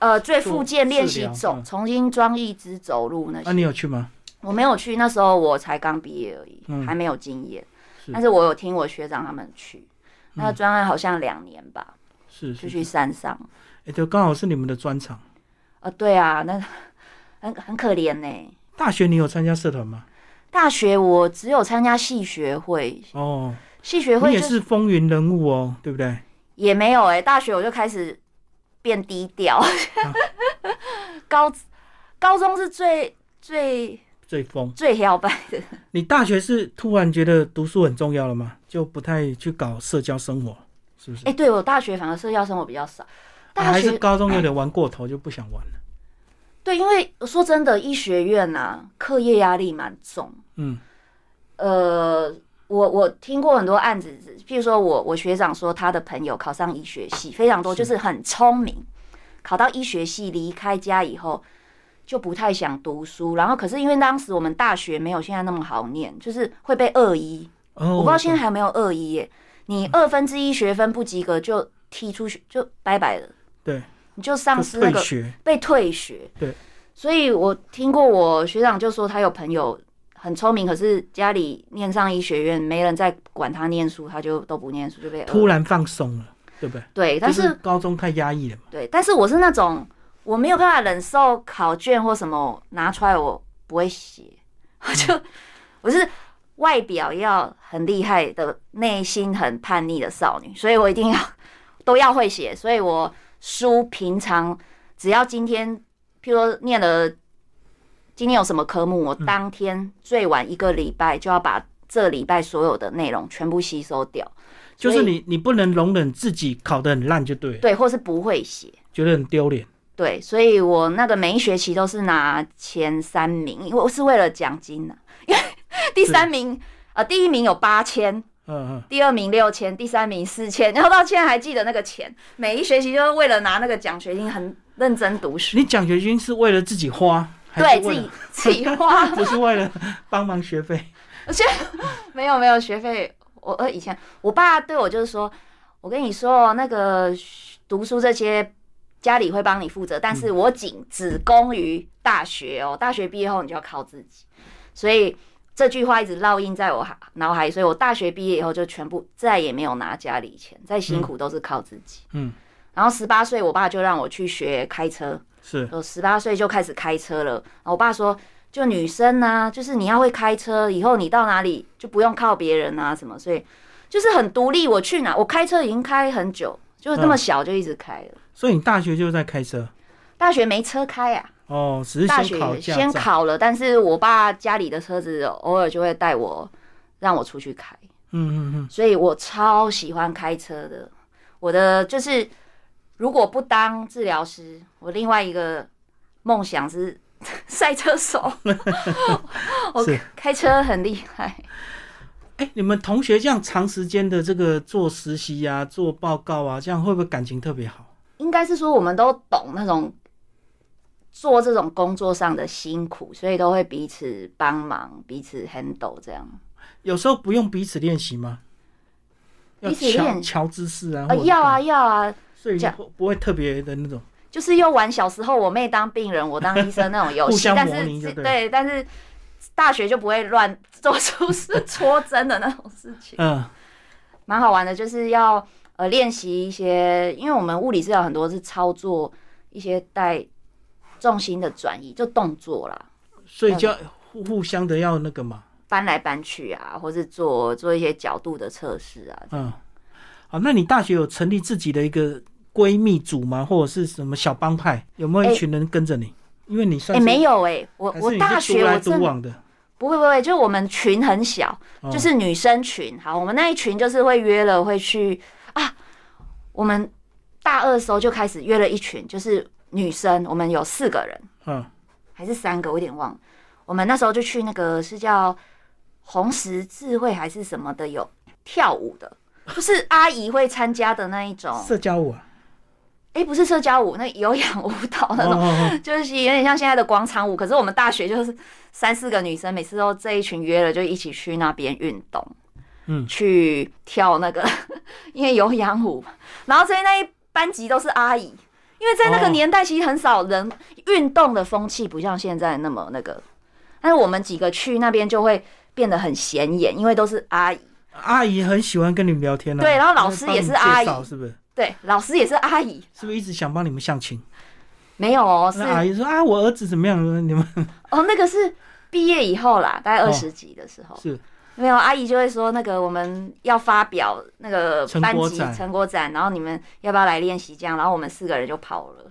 [SPEAKER 2] 呃最
[SPEAKER 1] 做
[SPEAKER 2] 附件练
[SPEAKER 1] 治
[SPEAKER 2] 习
[SPEAKER 1] 疗
[SPEAKER 2] 走，
[SPEAKER 1] 嗯
[SPEAKER 2] 重新装义肢走路那
[SPEAKER 1] 啊，
[SPEAKER 2] 些。
[SPEAKER 1] 你有去吗？
[SPEAKER 2] 我没有去，那时候我才刚毕业而已，
[SPEAKER 1] 嗯
[SPEAKER 2] 还没有经验。
[SPEAKER 1] 是嗯
[SPEAKER 2] 但是我有听我学长他们去，那专案好像两年吧，
[SPEAKER 1] 是是
[SPEAKER 2] 就，去山上。
[SPEAKER 1] 哎、对，刚好是你们的专场。
[SPEAKER 2] 呃，对啊，那 很很可怜呢、
[SPEAKER 1] 大学你有参加社团吗？
[SPEAKER 2] 大学我只有参加系学会，
[SPEAKER 1] 哦，
[SPEAKER 2] 系学
[SPEAKER 1] 你
[SPEAKER 2] 会
[SPEAKER 1] 也
[SPEAKER 2] 就是
[SPEAKER 1] 风云人物哦，对不对？
[SPEAKER 2] 也没有哎、大学我就开始变低调。
[SPEAKER 1] 啊
[SPEAKER 2] 高高中是最最
[SPEAKER 1] 最疯。
[SPEAKER 2] 最摇摆的，
[SPEAKER 1] 你大学是突然觉得读书很重要了吗？就不太去搞社交生活，是不是？
[SPEAKER 2] 哎、对我大学反而社交生活比较少。
[SPEAKER 1] 啊
[SPEAKER 2] 大
[SPEAKER 1] 还
[SPEAKER 2] 学、哎
[SPEAKER 1] 是高中有点玩过头，就不想玩了。
[SPEAKER 2] 对，因为说真的，医学院啊，课业压力蛮重。
[SPEAKER 1] 嗯，
[SPEAKER 2] 呃，我我听过很多案子，譬如说我我学长说他的朋友考上医学系，非常多，就是很聪明，考到医学系离开家以后就不太想读书，然后可是因为当时我们大学没有现在那么好念，就是会被二一，
[SPEAKER 1] 哦，
[SPEAKER 2] 我不知道现在还有没有二一耶，你二分之一学分不及格就踢出去就拜拜了，
[SPEAKER 1] 对，
[SPEAKER 2] 你就丧失
[SPEAKER 1] 就
[SPEAKER 2] 那
[SPEAKER 1] 退
[SPEAKER 2] 个
[SPEAKER 1] 学，
[SPEAKER 2] 被退学。
[SPEAKER 1] 对，
[SPEAKER 2] 所以我听过我学长就说他有朋友很聪明，可是家里念上医学院，没人再管他念书，他就都不念书，就被呃
[SPEAKER 1] 突然放松了，对不对？
[SPEAKER 2] 对。但、
[SPEAKER 1] 就是是高中太压抑了嘛。
[SPEAKER 2] 对，但是我是那种我没有办法忍受考卷或什么拿出来我不会写， 我就我是。外表要很厉害的，内心很叛逆的少女，所以我一定要都要会写，所以我书平常只要今天，譬如说念了今天有什么科目，我当天最晚一个礼拜就要把这礼拜所有的内容全部吸收掉，
[SPEAKER 1] 就是
[SPEAKER 2] 所以
[SPEAKER 1] 你你不能容忍自己考得很烂就对了，
[SPEAKER 2] 对，或是不会写。
[SPEAKER 1] 觉得很丢脸。
[SPEAKER 2] 对，所以我那个每一学期都是拿前三名，因为我是为了奖金呐、因为第三名呃第一名有八千，
[SPEAKER 1] 嗯嗯，
[SPEAKER 2] 第二名六千，第三名四千，然后到现在还记得那个钱，每一学期就是为了拿那个奖学金很认真读书，
[SPEAKER 1] 你奖学金是为了自己花，还
[SPEAKER 2] 对
[SPEAKER 1] 是
[SPEAKER 2] 自
[SPEAKER 1] 为 了
[SPEAKER 2] 己自己花，
[SPEAKER 1] 不是为了帮忙学费？
[SPEAKER 2] 没有没有学费。我呃以前我爸对我就是说，我跟你说哦那个读书这些家里会帮你负责，但是我仅只供于大学哦，大学毕业后你就要靠自己，所以。这句话一直烙印在我哈脑海，所以我大学毕业以后就全部再也没有拿家里钱，再辛苦都是靠自己。
[SPEAKER 1] 嗯，
[SPEAKER 2] 然后十八岁，我爸就让我去学开车，
[SPEAKER 1] 是
[SPEAKER 2] 我呃十八岁就开始开车了。然后我爸说，就女生呢、就是你要会开车，以后你到哪里就不用靠别人啊什么，所以就是很独立。我去哪，我开车已经开很久，就是那么小就一直开了。
[SPEAKER 1] 所以你大学就在开车
[SPEAKER 2] 大学没车开啊，
[SPEAKER 1] 哦，只是
[SPEAKER 2] 大
[SPEAKER 1] 先
[SPEAKER 2] 学
[SPEAKER 1] 考驾
[SPEAKER 2] 先
[SPEAKER 1] 照。
[SPEAKER 2] 考了，但是我爸家里的车子偶尔就会带我，让我出去开。
[SPEAKER 1] 嗯嗯嗯，
[SPEAKER 2] 所以我超喜欢开车的。我的就是，如果不当治疗师，我另外一个梦想是 赛车手。 我
[SPEAKER 1] 是
[SPEAKER 2] 开车很厉害，
[SPEAKER 1] 哎、你们同学这样长时间的这个做实习啊、做报告啊，这样会不会感情特别好？
[SPEAKER 2] 应该是说我们都懂那种做这种工作上的辛苦，所以都会彼此帮忙、彼此 handle 这样。
[SPEAKER 1] 有时候不用彼此练习吗？要
[SPEAKER 2] 彼此
[SPEAKER 1] 瞧
[SPEAKER 2] 练
[SPEAKER 1] 瞧姿势啊，
[SPEAKER 2] 啊，
[SPEAKER 1] 或者
[SPEAKER 2] 要啊，要啊，
[SPEAKER 1] 所以
[SPEAKER 2] 这样
[SPEAKER 1] 不不会特别的那种。
[SPEAKER 2] 就是又玩小时候我妹当病人，我当医生那种游
[SPEAKER 1] 互
[SPEAKER 2] 戏，
[SPEAKER 1] 相
[SPEAKER 2] 但
[SPEAKER 1] 模
[SPEAKER 2] 是
[SPEAKER 1] 拟就是对
[SPEAKER 2] 对，但是大学就不会乱做出是 戳针的那种事情，
[SPEAKER 1] 嗯，
[SPEAKER 2] 蛮好玩的，就是要呃练习一些，因为我们物理治疗很多是操作一些带重心的转移，就动作啦，
[SPEAKER 1] 所以就要互互相的要那个嘛。
[SPEAKER 2] 搬来搬去啊，或是做做一些角度的测试啊，
[SPEAKER 1] 嗯，好，那你大学有成立自己的一个闺蜜组吗？或者是什么小帮派？有没有一群人跟着你？因为你
[SPEAKER 2] 哎、
[SPEAKER 1] 算是
[SPEAKER 2] 没有哎、我
[SPEAKER 1] 还是
[SPEAKER 2] 我
[SPEAKER 1] 你
[SPEAKER 2] 大
[SPEAKER 1] 是独
[SPEAKER 2] 学我
[SPEAKER 1] 来独
[SPEAKER 2] 真
[SPEAKER 1] 往的，
[SPEAKER 2] 不会不会，就是我们群很小，
[SPEAKER 1] 哦
[SPEAKER 2] 就是女生群。好，我们那一群就是会约了，会去啊。我们大二的时候就开始约了一群，就是女生，我们有四个人
[SPEAKER 1] 嗯，
[SPEAKER 2] 还是三个，我有点忘了。我们那时候就去那个是叫红十字会还是什么的，有跳舞的，就是阿姨会参加的那一种。
[SPEAKER 1] 社交 舞啊，
[SPEAKER 2] 哎、不是社交舞，那有氧舞蹈那
[SPEAKER 1] 哦
[SPEAKER 2] 种。
[SPEAKER 1] 哦哦
[SPEAKER 2] 就是有点像现在的广场舞，可是我们大学就是三四个女生，每次都这一群约了就一起去那边运动，
[SPEAKER 1] 嗯
[SPEAKER 2] 去跳那个，因为有氧舞嘛，然后所以那一班级都是阿姨，因为在那个
[SPEAKER 1] 哦
[SPEAKER 2] 年代其实很少人运动的风气不像现在那么那个，但是我们几个去那边就会变得很显眼，因为都是阿姨，
[SPEAKER 1] 阿姨很喜欢跟你们聊天啊。
[SPEAKER 2] 对然后老师也是阿
[SPEAKER 1] 帮你们
[SPEAKER 2] 姨
[SPEAKER 1] 介绍是不是？
[SPEAKER 2] 对，老师也是阿姨，
[SPEAKER 1] 是不是一直想帮你们相亲？
[SPEAKER 2] 没有哦，是
[SPEAKER 1] 那阿姨说啊，我儿子怎么样？你们
[SPEAKER 2] 哦，那个是毕业以后啦，大概
[SPEAKER 1] 哦
[SPEAKER 2] 二十几的时候。
[SPEAKER 1] 是
[SPEAKER 2] 没有，阿姨就会说那个我们要发表那个
[SPEAKER 1] 成
[SPEAKER 2] 班
[SPEAKER 1] 果
[SPEAKER 2] 级
[SPEAKER 1] 展
[SPEAKER 2] 成果展，然后你们要不要来练习这样？然后我们四个人就跑了，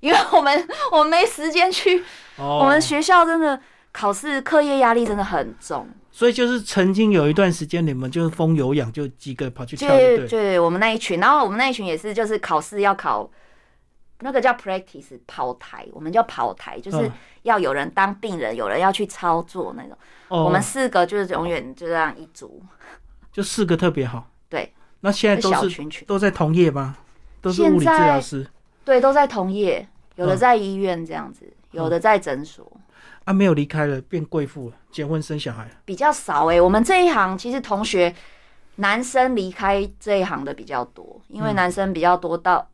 [SPEAKER 2] 因为我们 我们没时间去，
[SPEAKER 1] 哦
[SPEAKER 2] 我们学校真的考试课业压力真的很重，
[SPEAKER 1] 所以就是曾经有一段时间，你们就是风有氧，就几个跑去
[SPEAKER 2] 就
[SPEAKER 1] 跳，对不对？
[SPEAKER 2] 就我们那一群，然后我们那一群也是就是考试要考。那个叫 practice 跑台，我们叫跑台，就是
[SPEAKER 1] 嗯
[SPEAKER 2] 要有人当病人，有人要去操作那种。
[SPEAKER 1] 哦，
[SPEAKER 2] 我们四个就是永远就这样一组，
[SPEAKER 1] 就四个特别好。
[SPEAKER 2] 对，
[SPEAKER 1] 那现在
[SPEAKER 2] 就小
[SPEAKER 1] 都是
[SPEAKER 2] 群群。
[SPEAKER 1] 都在同业吗？都是物理治
[SPEAKER 2] 现在
[SPEAKER 1] 疗师
[SPEAKER 2] 对，都在同业，有的
[SPEAKER 1] 嗯
[SPEAKER 2] 在医院这样子，有的在诊所，
[SPEAKER 1] 啊，没有离开了，变贵妇了，结婚生小孩了。
[SPEAKER 2] 比较少哎、我们这一行其实同学男生离开这一行的比较多，因为
[SPEAKER 1] 嗯
[SPEAKER 2] 男生比较多到，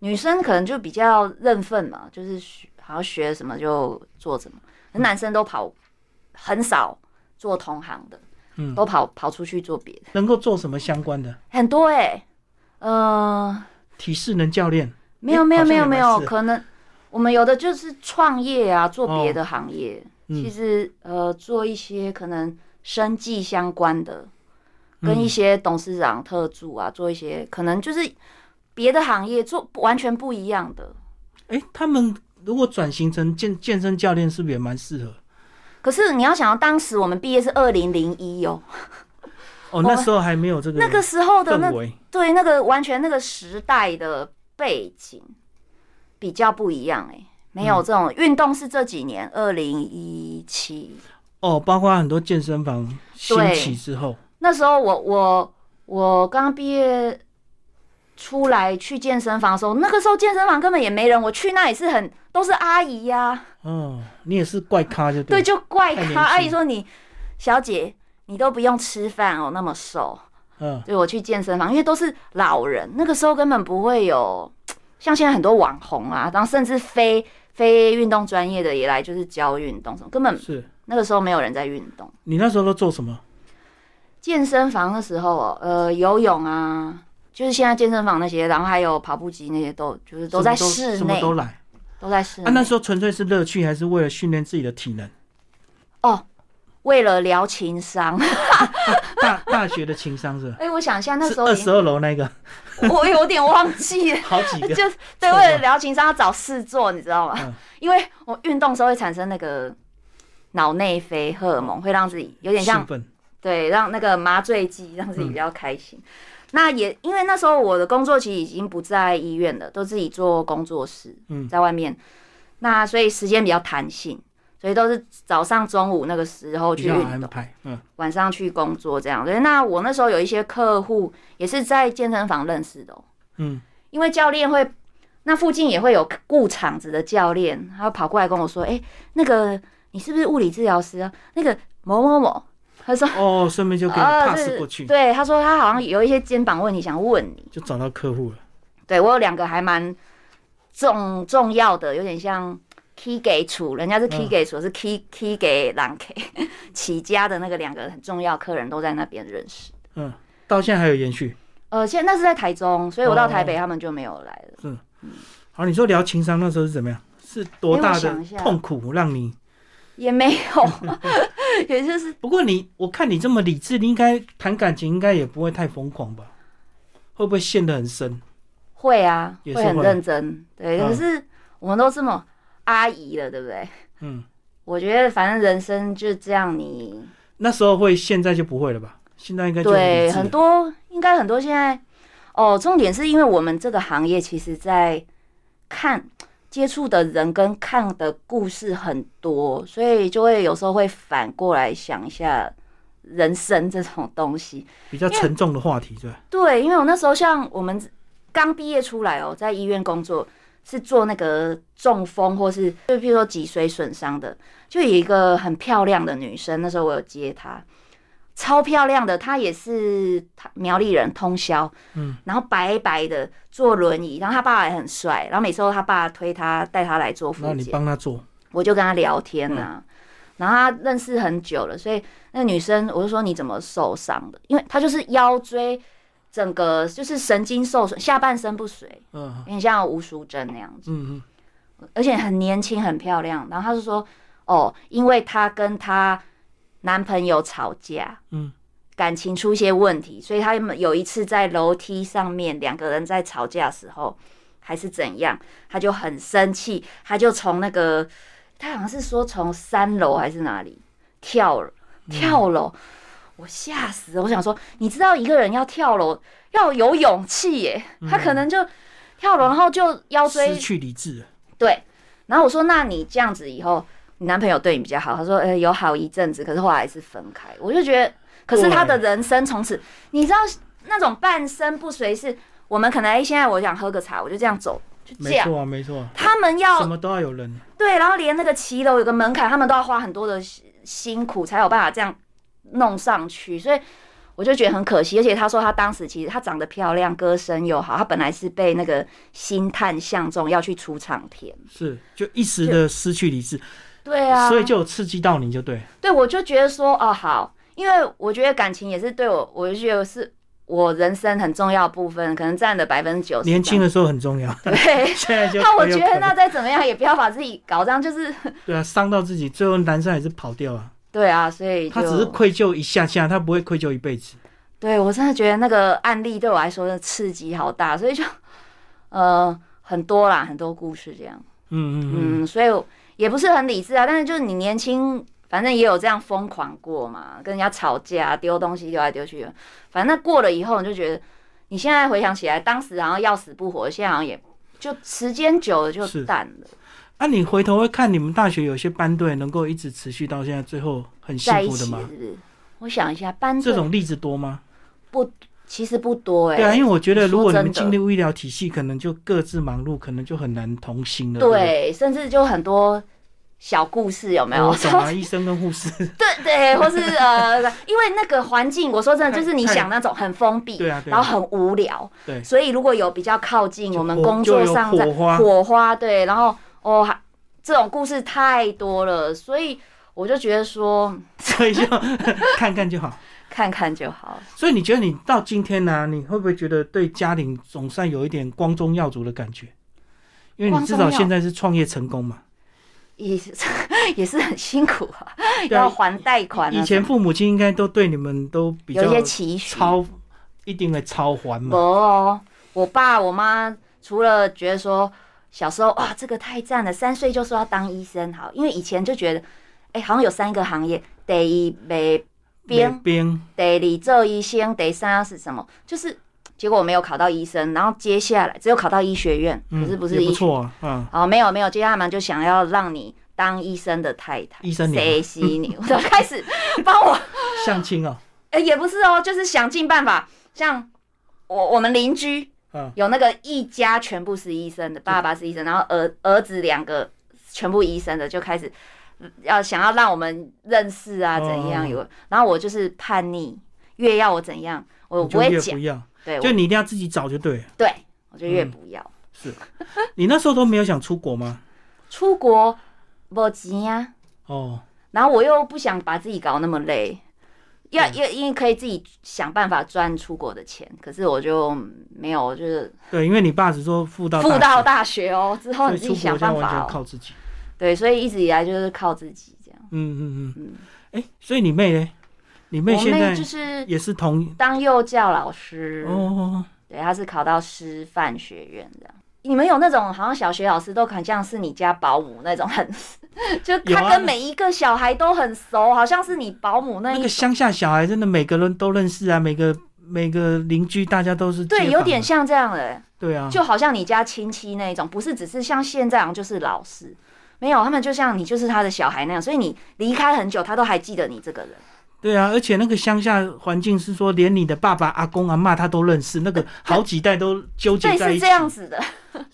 [SPEAKER 2] 女生可能就比较认份嘛，就是学好像学什么就做什么，
[SPEAKER 1] 嗯
[SPEAKER 2] 可男生都跑很少做同行的，
[SPEAKER 1] 嗯
[SPEAKER 2] 都跑跑出去做别的，
[SPEAKER 1] 能够做什么相关的？
[SPEAKER 2] 很多哎、嗯。
[SPEAKER 1] 体适能教练
[SPEAKER 2] 没有
[SPEAKER 1] 诶
[SPEAKER 2] 没有
[SPEAKER 1] 好像
[SPEAKER 2] 没
[SPEAKER 1] 也
[SPEAKER 2] 有没
[SPEAKER 1] 蛮
[SPEAKER 2] 有，
[SPEAKER 1] 是的
[SPEAKER 2] 可能我们有的就是创业啊，做别的行业，
[SPEAKER 1] 哦嗯
[SPEAKER 2] 其实呃做一些可能生计相关的，跟
[SPEAKER 1] 嗯
[SPEAKER 2] 一些董事长特助啊，做一些可能就是别的行业做完全不一样的。
[SPEAKER 1] 哎、他们如果转型成健健身教练，是不是也蛮适合？哦
[SPEAKER 2] 可是你要想到当时我们毕业是二零零一哦，
[SPEAKER 1] 哦，
[SPEAKER 2] 们
[SPEAKER 1] 那时候还没有这个
[SPEAKER 2] 那个时候的那
[SPEAKER 1] 氛围，
[SPEAKER 2] 对那个完全那个时代的背景比较不一样哎、
[SPEAKER 1] 嗯
[SPEAKER 2] 没有这种运动是这几年二零一七
[SPEAKER 1] 哦，包括很多健身房兴
[SPEAKER 2] 对
[SPEAKER 1] 起之后，
[SPEAKER 2] 那时候我我我刚毕业出来去健身房的时候，那个时候健身房根本也没人，我去那也是很都是阿姨呀、
[SPEAKER 1] 哦，你也是怪咖就
[SPEAKER 2] 对，
[SPEAKER 1] 对了，
[SPEAKER 2] 就怪
[SPEAKER 1] 太年
[SPEAKER 2] 她
[SPEAKER 1] 轻
[SPEAKER 2] 阿姨说你小姐你都不用吃饭哦，那么瘦。
[SPEAKER 1] 嗯
[SPEAKER 2] 所以我去健身房，因为都是老人，那个时候根本不会有像现在很多网红啊，然后甚至非非运动专业的也来就是教运动什么，根本
[SPEAKER 1] 是
[SPEAKER 2] 那个时候没有人在运动。
[SPEAKER 1] 你那时候都做什么？
[SPEAKER 2] 健身房的时候哦，呃，游泳啊，就是现在健身房那些，然后还有跑步机那些都就是都在
[SPEAKER 1] 什么
[SPEAKER 2] 室
[SPEAKER 1] 什
[SPEAKER 2] 内
[SPEAKER 1] 么，都来。
[SPEAKER 2] 都在室
[SPEAKER 1] 啊，那
[SPEAKER 2] 内。
[SPEAKER 1] 时候纯粹是乐趣，还是为了训练自己的体能？
[SPEAKER 2] 哦为了疗情伤，
[SPEAKER 1] 大大学的情商是吧？
[SPEAKER 2] 哎，我想一下，那
[SPEAKER 1] 是呃
[SPEAKER 2] 时候
[SPEAKER 1] 二
[SPEAKER 2] 已
[SPEAKER 1] 十
[SPEAKER 2] 经
[SPEAKER 1] 二楼 那个，
[SPEAKER 2] 我有点忘记 了。
[SPEAKER 1] 好几个。
[SPEAKER 2] 就对，为了疗情伤要找事做，你知道吗？
[SPEAKER 1] 嗯
[SPEAKER 2] 因为我运动时候会产生那个脑内啡荷尔
[SPEAKER 1] 嗯
[SPEAKER 2] 蒙，会让自己有点像
[SPEAKER 1] 兴奋，
[SPEAKER 2] 对，让那个麻醉剂让自己比较开心。
[SPEAKER 1] 嗯
[SPEAKER 2] 那也因为那时候我的工作其实已经不在医院了，都自己做工作室，
[SPEAKER 1] 嗯
[SPEAKER 2] 在外面。那所以时间比较弹性，所以都是早上、中午那个时候
[SPEAKER 1] 比
[SPEAKER 2] 去
[SPEAKER 1] 较好
[SPEAKER 2] 运
[SPEAKER 1] 安
[SPEAKER 2] 动，
[SPEAKER 1] 排。嗯，
[SPEAKER 2] 晚上去工作这样。对，那我那时候有一些客户也是在健身房认识的、哦，
[SPEAKER 1] 嗯，
[SPEAKER 2] 因为教练会，那附近也会有雇场子的教练，他会跑过来跟我说：“哎、那个你是不是物理治疗师啊？那个某某某。”他说
[SPEAKER 1] 哦，顺便就给你
[SPEAKER 2] 啊
[SPEAKER 1] pass
[SPEAKER 2] 是
[SPEAKER 1] 过去，
[SPEAKER 2] 对，他说他好像有一些肩膀问题想问你。
[SPEAKER 1] 就找到客户了。
[SPEAKER 2] 对我有两个还蛮重重要的，有点像 key 给处，人家是 key
[SPEAKER 1] 嗯
[SPEAKER 2] 给处，是 key key 给朗 K 起家的那个两个很重要客人都在那边认识。
[SPEAKER 1] 嗯，到现在还有延续。
[SPEAKER 2] 呃，现在那是在台中，所以我到
[SPEAKER 1] 哦
[SPEAKER 2] 台北他们就没有来了。
[SPEAKER 1] 好，你说聊情商那时候是怎么样？是多大
[SPEAKER 2] 哎我想
[SPEAKER 1] 的
[SPEAKER 2] 一下
[SPEAKER 1] 痛苦让你？
[SPEAKER 2] 也 没有，也就是
[SPEAKER 1] 不过你，我看你这么理智，你应该谈感情应该也不会太疯狂吧？会不会陷得很深？
[SPEAKER 2] 会啊，
[SPEAKER 1] 也
[SPEAKER 2] 会
[SPEAKER 1] 是
[SPEAKER 2] 很
[SPEAKER 1] 会
[SPEAKER 2] 认真。对，
[SPEAKER 1] 嗯
[SPEAKER 2] 可是我们都这么阿姨了，对不对？
[SPEAKER 1] 嗯，
[SPEAKER 2] 我觉得反正人生就这样你，
[SPEAKER 1] 那时候会，现在就不会了吧？现在应该就理
[SPEAKER 2] 对
[SPEAKER 1] 智了
[SPEAKER 2] 很多应该很多现在哦，重点是因为我们这个行业其实在看接触的人跟看的故事很多，所以就会有时候会反过来想一下人生这种东西。
[SPEAKER 1] 比较沉重的话题，对吧？
[SPEAKER 2] 对，因为我那时候像我们刚毕业出来哦，在医院工作是做那个中风或是就譬如说脊髓损伤的，就有一个很漂亮的女生，那时候我有接她，超漂亮的，她也是她苗栗人，通宵，
[SPEAKER 1] 嗯，
[SPEAKER 2] 然后白白的坐轮椅，然后她爸也很帅，然后每次都她爸推她带她来做
[SPEAKER 1] 然后
[SPEAKER 2] 复
[SPEAKER 1] 你
[SPEAKER 2] 健，
[SPEAKER 1] 帮他做，
[SPEAKER 2] 我就跟她聊天啊。然后她认识很久了，所以那个女生我就说你怎么受伤的？因为她就是腰椎整个就是神经受损，下半身不遂，
[SPEAKER 1] 嗯
[SPEAKER 2] 有点像吴淑珍那样子，
[SPEAKER 1] 嗯嗯，
[SPEAKER 2] 而且很年轻很漂亮。然后她就说哦，因为她跟她男朋友吵架，
[SPEAKER 1] 嗯，
[SPEAKER 2] 感情出一些问题，所以他们有一次在楼梯上面两个人在吵架的时候，还是怎样，她就很生气，她就从那个她好像是说从三楼还是哪里跳了跳楼。我吓死了！我想说，你知道一个人要跳楼要有勇气耶，他可能就跳楼，然后就腰椎
[SPEAKER 1] 失去理智了，
[SPEAKER 2] 对，然后我说，那你这样子以后，你男朋友对你比较好。他说，呃，有好一阵子，可是后来还是分开。我就觉得，可是他的人生从此，你知道那种半身不遂是，我们可能哎，现在我想喝个茶，我就这样走，就这
[SPEAKER 1] 没
[SPEAKER 2] 样。哦
[SPEAKER 1] 错啊，没错啊，
[SPEAKER 2] 他们
[SPEAKER 1] 什
[SPEAKER 2] 要
[SPEAKER 1] 么都要有人，
[SPEAKER 2] 对，然后连那个骑楼有个门槛，他们都要花很多的辛辛苦才有办法这样弄上去，所以。我就觉得很可惜，而且他说他当时其实她长得漂亮，歌声又好，她本来是被那个星探相中要去出唱片，
[SPEAKER 1] 是就一时的失去理智，
[SPEAKER 2] 对啊，
[SPEAKER 1] 所以就有刺激到你就对，
[SPEAKER 2] 对，我就觉得说，哦，好，因为我觉得感情也是对我，我就觉得是我人生很重要的部分，可能占了百分之九十。
[SPEAKER 1] 年轻的时候很重 要，
[SPEAKER 2] 对，
[SPEAKER 1] 现在就
[SPEAKER 2] 那我
[SPEAKER 1] 没
[SPEAKER 2] 觉
[SPEAKER 1] 有
[SPEAKER 2] 得
[SPEAKER 1] 可
[SPEAKER 2] 那
[SPEAKER 1] 能
[SPEAKER 2] 再怎么样也不要把自己搞这样，就是
[SPEAKER 1] 对啊，伤到自己，最后男生还是跑掉啊，
[SPEAKER 2] 对啊，所以就
[SPEAKER 1] 他只是愧疚一下下，他不会愧疚一辈子，
[SPEAKER 2] 对我真的觉得那个案例对我来说真的刺激好大，所以就呃很多啦，很多故事这样，
[SPEAKER 1] 嗯嗯嗯，
[SPEAKER 2] 嗯，所以也不是很理智啊，但是就是你年轻。反正也有这样疯狂过嘛，跟人家吵架，啊丢东西丢来丢去的。反正过了以后，你就觉得你现在回想起来，当时好像要死不活，现在好像也就时间久了就是淡了，
[SPEAKER 1] 啊，你回头会看你们大学有些班队能够一直持续到现在，最后很幸
[SPEAKER 2] 在一
[SPEAKER 1] 福的
[SPEAKER 2] 起是
[SPEAKER 1] 吗？
[SPEAKER 2] 不是？我想一下，班
[SPEAKER 1] 这
[SPEAKER 2] 队
[SPEAKER 1] 种例子多吗？
[SPEAKER 2] 其实不多哎、
[SPEAKER 1] 对啊，因为我觉得
[SPEAKER 2] 你说
[SPEAKER 1] 如果你们
[SPEAKER 2] 真的
[SPEAKER 1] 进入医疗体系，可能就各自忙碌，可能就很难同心了。不
[SPEAKER 2] 对，甚至就很多小故事，有没有？
[SPEAKER 1] 我懂啊，医生跟护士，
[SPEAKER 2] 对对，或是呃，因为那个环境，我说真的，
[SPEAKER 1] 太
[SPEAKER 2] 就是你想那种很封闭，
[SPEAKER 1] 对啊对啊
[SPEAKER 2] 然后很无聊，
[SPEAKER 1] 对
[SPEAKER 2] 所以如果有比较靠近
[SPEAKER 1] 就
[SPEAKER 2] 我们
[SPEAKER 1] 火
[SPEAKER 2] 工作上
[SPEAKER 1] 就
[SPEAKER 2] 在
[SPEAKER 1] 有火花
[SPEAKER 2] 对，然后哦，还这种故事太多了，所以我就觉得说
[SPEAKER 1] 所以就看看就好。
[SPEAKER 2] 看看就好。
[SPEAKER 1] 所以你觉得你到今天呢、你会不会觉得对家庭总算有一点光宗耀祖的感觉？因为你至
[SPEAKER 2] 光宗
[SPEAKER 1] 少
[SPEAKER 2] 耀
[SPEAKER 1] 现在是创业成 功嘛。
[SPEAKER 2] 也是 也是很辛苦啊，
[SPEAKER 1] 对啊
[SPEAKER 2] 要还贷款啊，
[SPEAKER 1] 以前父母亲应该都对你们都比较
[SPEAKER 2] 有一些期许。
[SPEAKER 1] 超，一定会超还
[SPEAKER 2] 不
[SPEAKER 1] 嘛。
[SPEAKER 2] 哦，我爸我妈除了觉得说小时候哇这个太赞了，三岁就说要当医生好，因为以前就觉得，哎、好像有三个行业，第一卖
[SPEAKER 1] 边
[SPEAKER 2] 兵，
[SPEAKER 1] 边
[SPEAKER 2] 第二做医生，第三是什么？就是结果我没有考到医生，然后接下来只有考到医学院，可是不是
[SPEAKER 1] 嗯也不
[SPEAKER 2] 医学
[SPEAKER 1] 错啊，啊，
[SPEAKER 2] 哦，没有没有，接下来就想要让你当医生的太太，
[SPEAKER 1] 医生娘
[SPEAKER 2] 谁吸你？ 我就开始帮我
[SPEAKER 1] 相亲哦，
[SPEAKER 2] 哎、也不是哦，就是想尽办法，像我我们邻居
[SPEAKER 1] 嗯
[SPEAKER 2] 有那个一家全部是医生的，爸爸是医生，然后儿儿子两个全部医生的，就开始要想要让我们认识啊，
[SPEAKER 1] 哦
[SPEAKER 2] 怎样有，然后我就是叛逆，越要我怎样，
[SPEAKER 1] 你
[SPEAKER 2] 我
[SPEAKER 1] 就
[SPEAKER 2] 不会
[SPEAKER 1] 越
[SPEAKER 2] 讲
[SPEAKER 1] 不，要，
[SPEAKER 2] 对
[SPEAKER 1] 就
[SPEAKER 2] 我
[SPEAKER 1] 你一定要自己找就对了。
[SPEAKER 2] 对，我就越
[SPEAKER 1] 嗯
[SPEAKER 2] 不要、
[SPEAKER 1] 是你那时候都没有想出国吗？
[SPEAKER 2] 出国，没钱啊，
[SPEAKER 1] 哦，
[SPEAKER 2] 然后我又不想把自己搞那么累，要
[SPEAKER 1] 嗯
[SPEAKER 2] 要因为可以自己想办法赚出国的钱，可是我就嗯没有，我就是
[SPEAKER 1] 对，因为你爸只说付到
[SPEAKER 2] 付到
[SPEAKER 1] 大
[SPEAKER 2] 大学哦，之后
[SPEAKER 1] 学，
[SPEAKER 2] 你自
[SPEAKER 1] 所
[SPEAKER 2] 己
[SPEAKER 1] 以出国
[SPEAKER 2] 想
[SPEAKER 1] 这样
[SPEAKER 2] 办
[SPEAKER 1] 完
[SPEAKER 2] 法
[SPEAKER 1] 全
[SPEAKER 2] 哦。
[SPEAKER 1] 靠自己。
[SPEAKER 2] 对，所以一直以来就是靠自己这样。
[SPEAKER 1] 嗯嗯嗯
[SPEAKER 2] 嗯，
[SPEAKER 1] 哎、所以你妹呢？你妹
[SPEAKER 2] 我
[SPEAKER 1] 现在
[SPEAKER 2] 妹就是
[SPEAKER 1] 也是同
[SPEAKER 2] 当幼教老师，
[SPEAKER 1] 哦，
[SPEAKER 2] 对，她是考到师范学院这样。你们有那种好像小学老师都很像是你家保姆那种 很，就
[SPEAKER 1] 有啊
[SPEAKER 2] 他跟每一个小孩都很熟，好像是你保姆那
[SPEAKER 1] 那
[SPEAKER 2] 一
[SPEAKER 1] 个乡下小孩真的每个人都认识啊，每个每个邻居大家都是街
[SPEAKER 2] 对，
[SPEAKER 1] 坊
[SPEAKER 2] 有点
[SPEAKER 1] 啊
[SPEAKER 2] 像这样的、
[SPEAKER 1] 对啊，
[SPEAKER 2] 就好像你家亲戚那一种，不是只是像现在好像就是老师，没有，他们就像你就是他的小孩那样，所以你离开很久，他都还记得你这个人。
[SPEAKER 1] 对啊，而且那个乡下环境是说，连你的爸爸、阿公、阿妈他都认识，那个好几代都纠结
[SPEAKER 2] 对，
[SPEAKER 1] 在
[SPEAKER 2] 是
[SPEAKER 1] 一起
[SPEAKER 2] 这，样子的。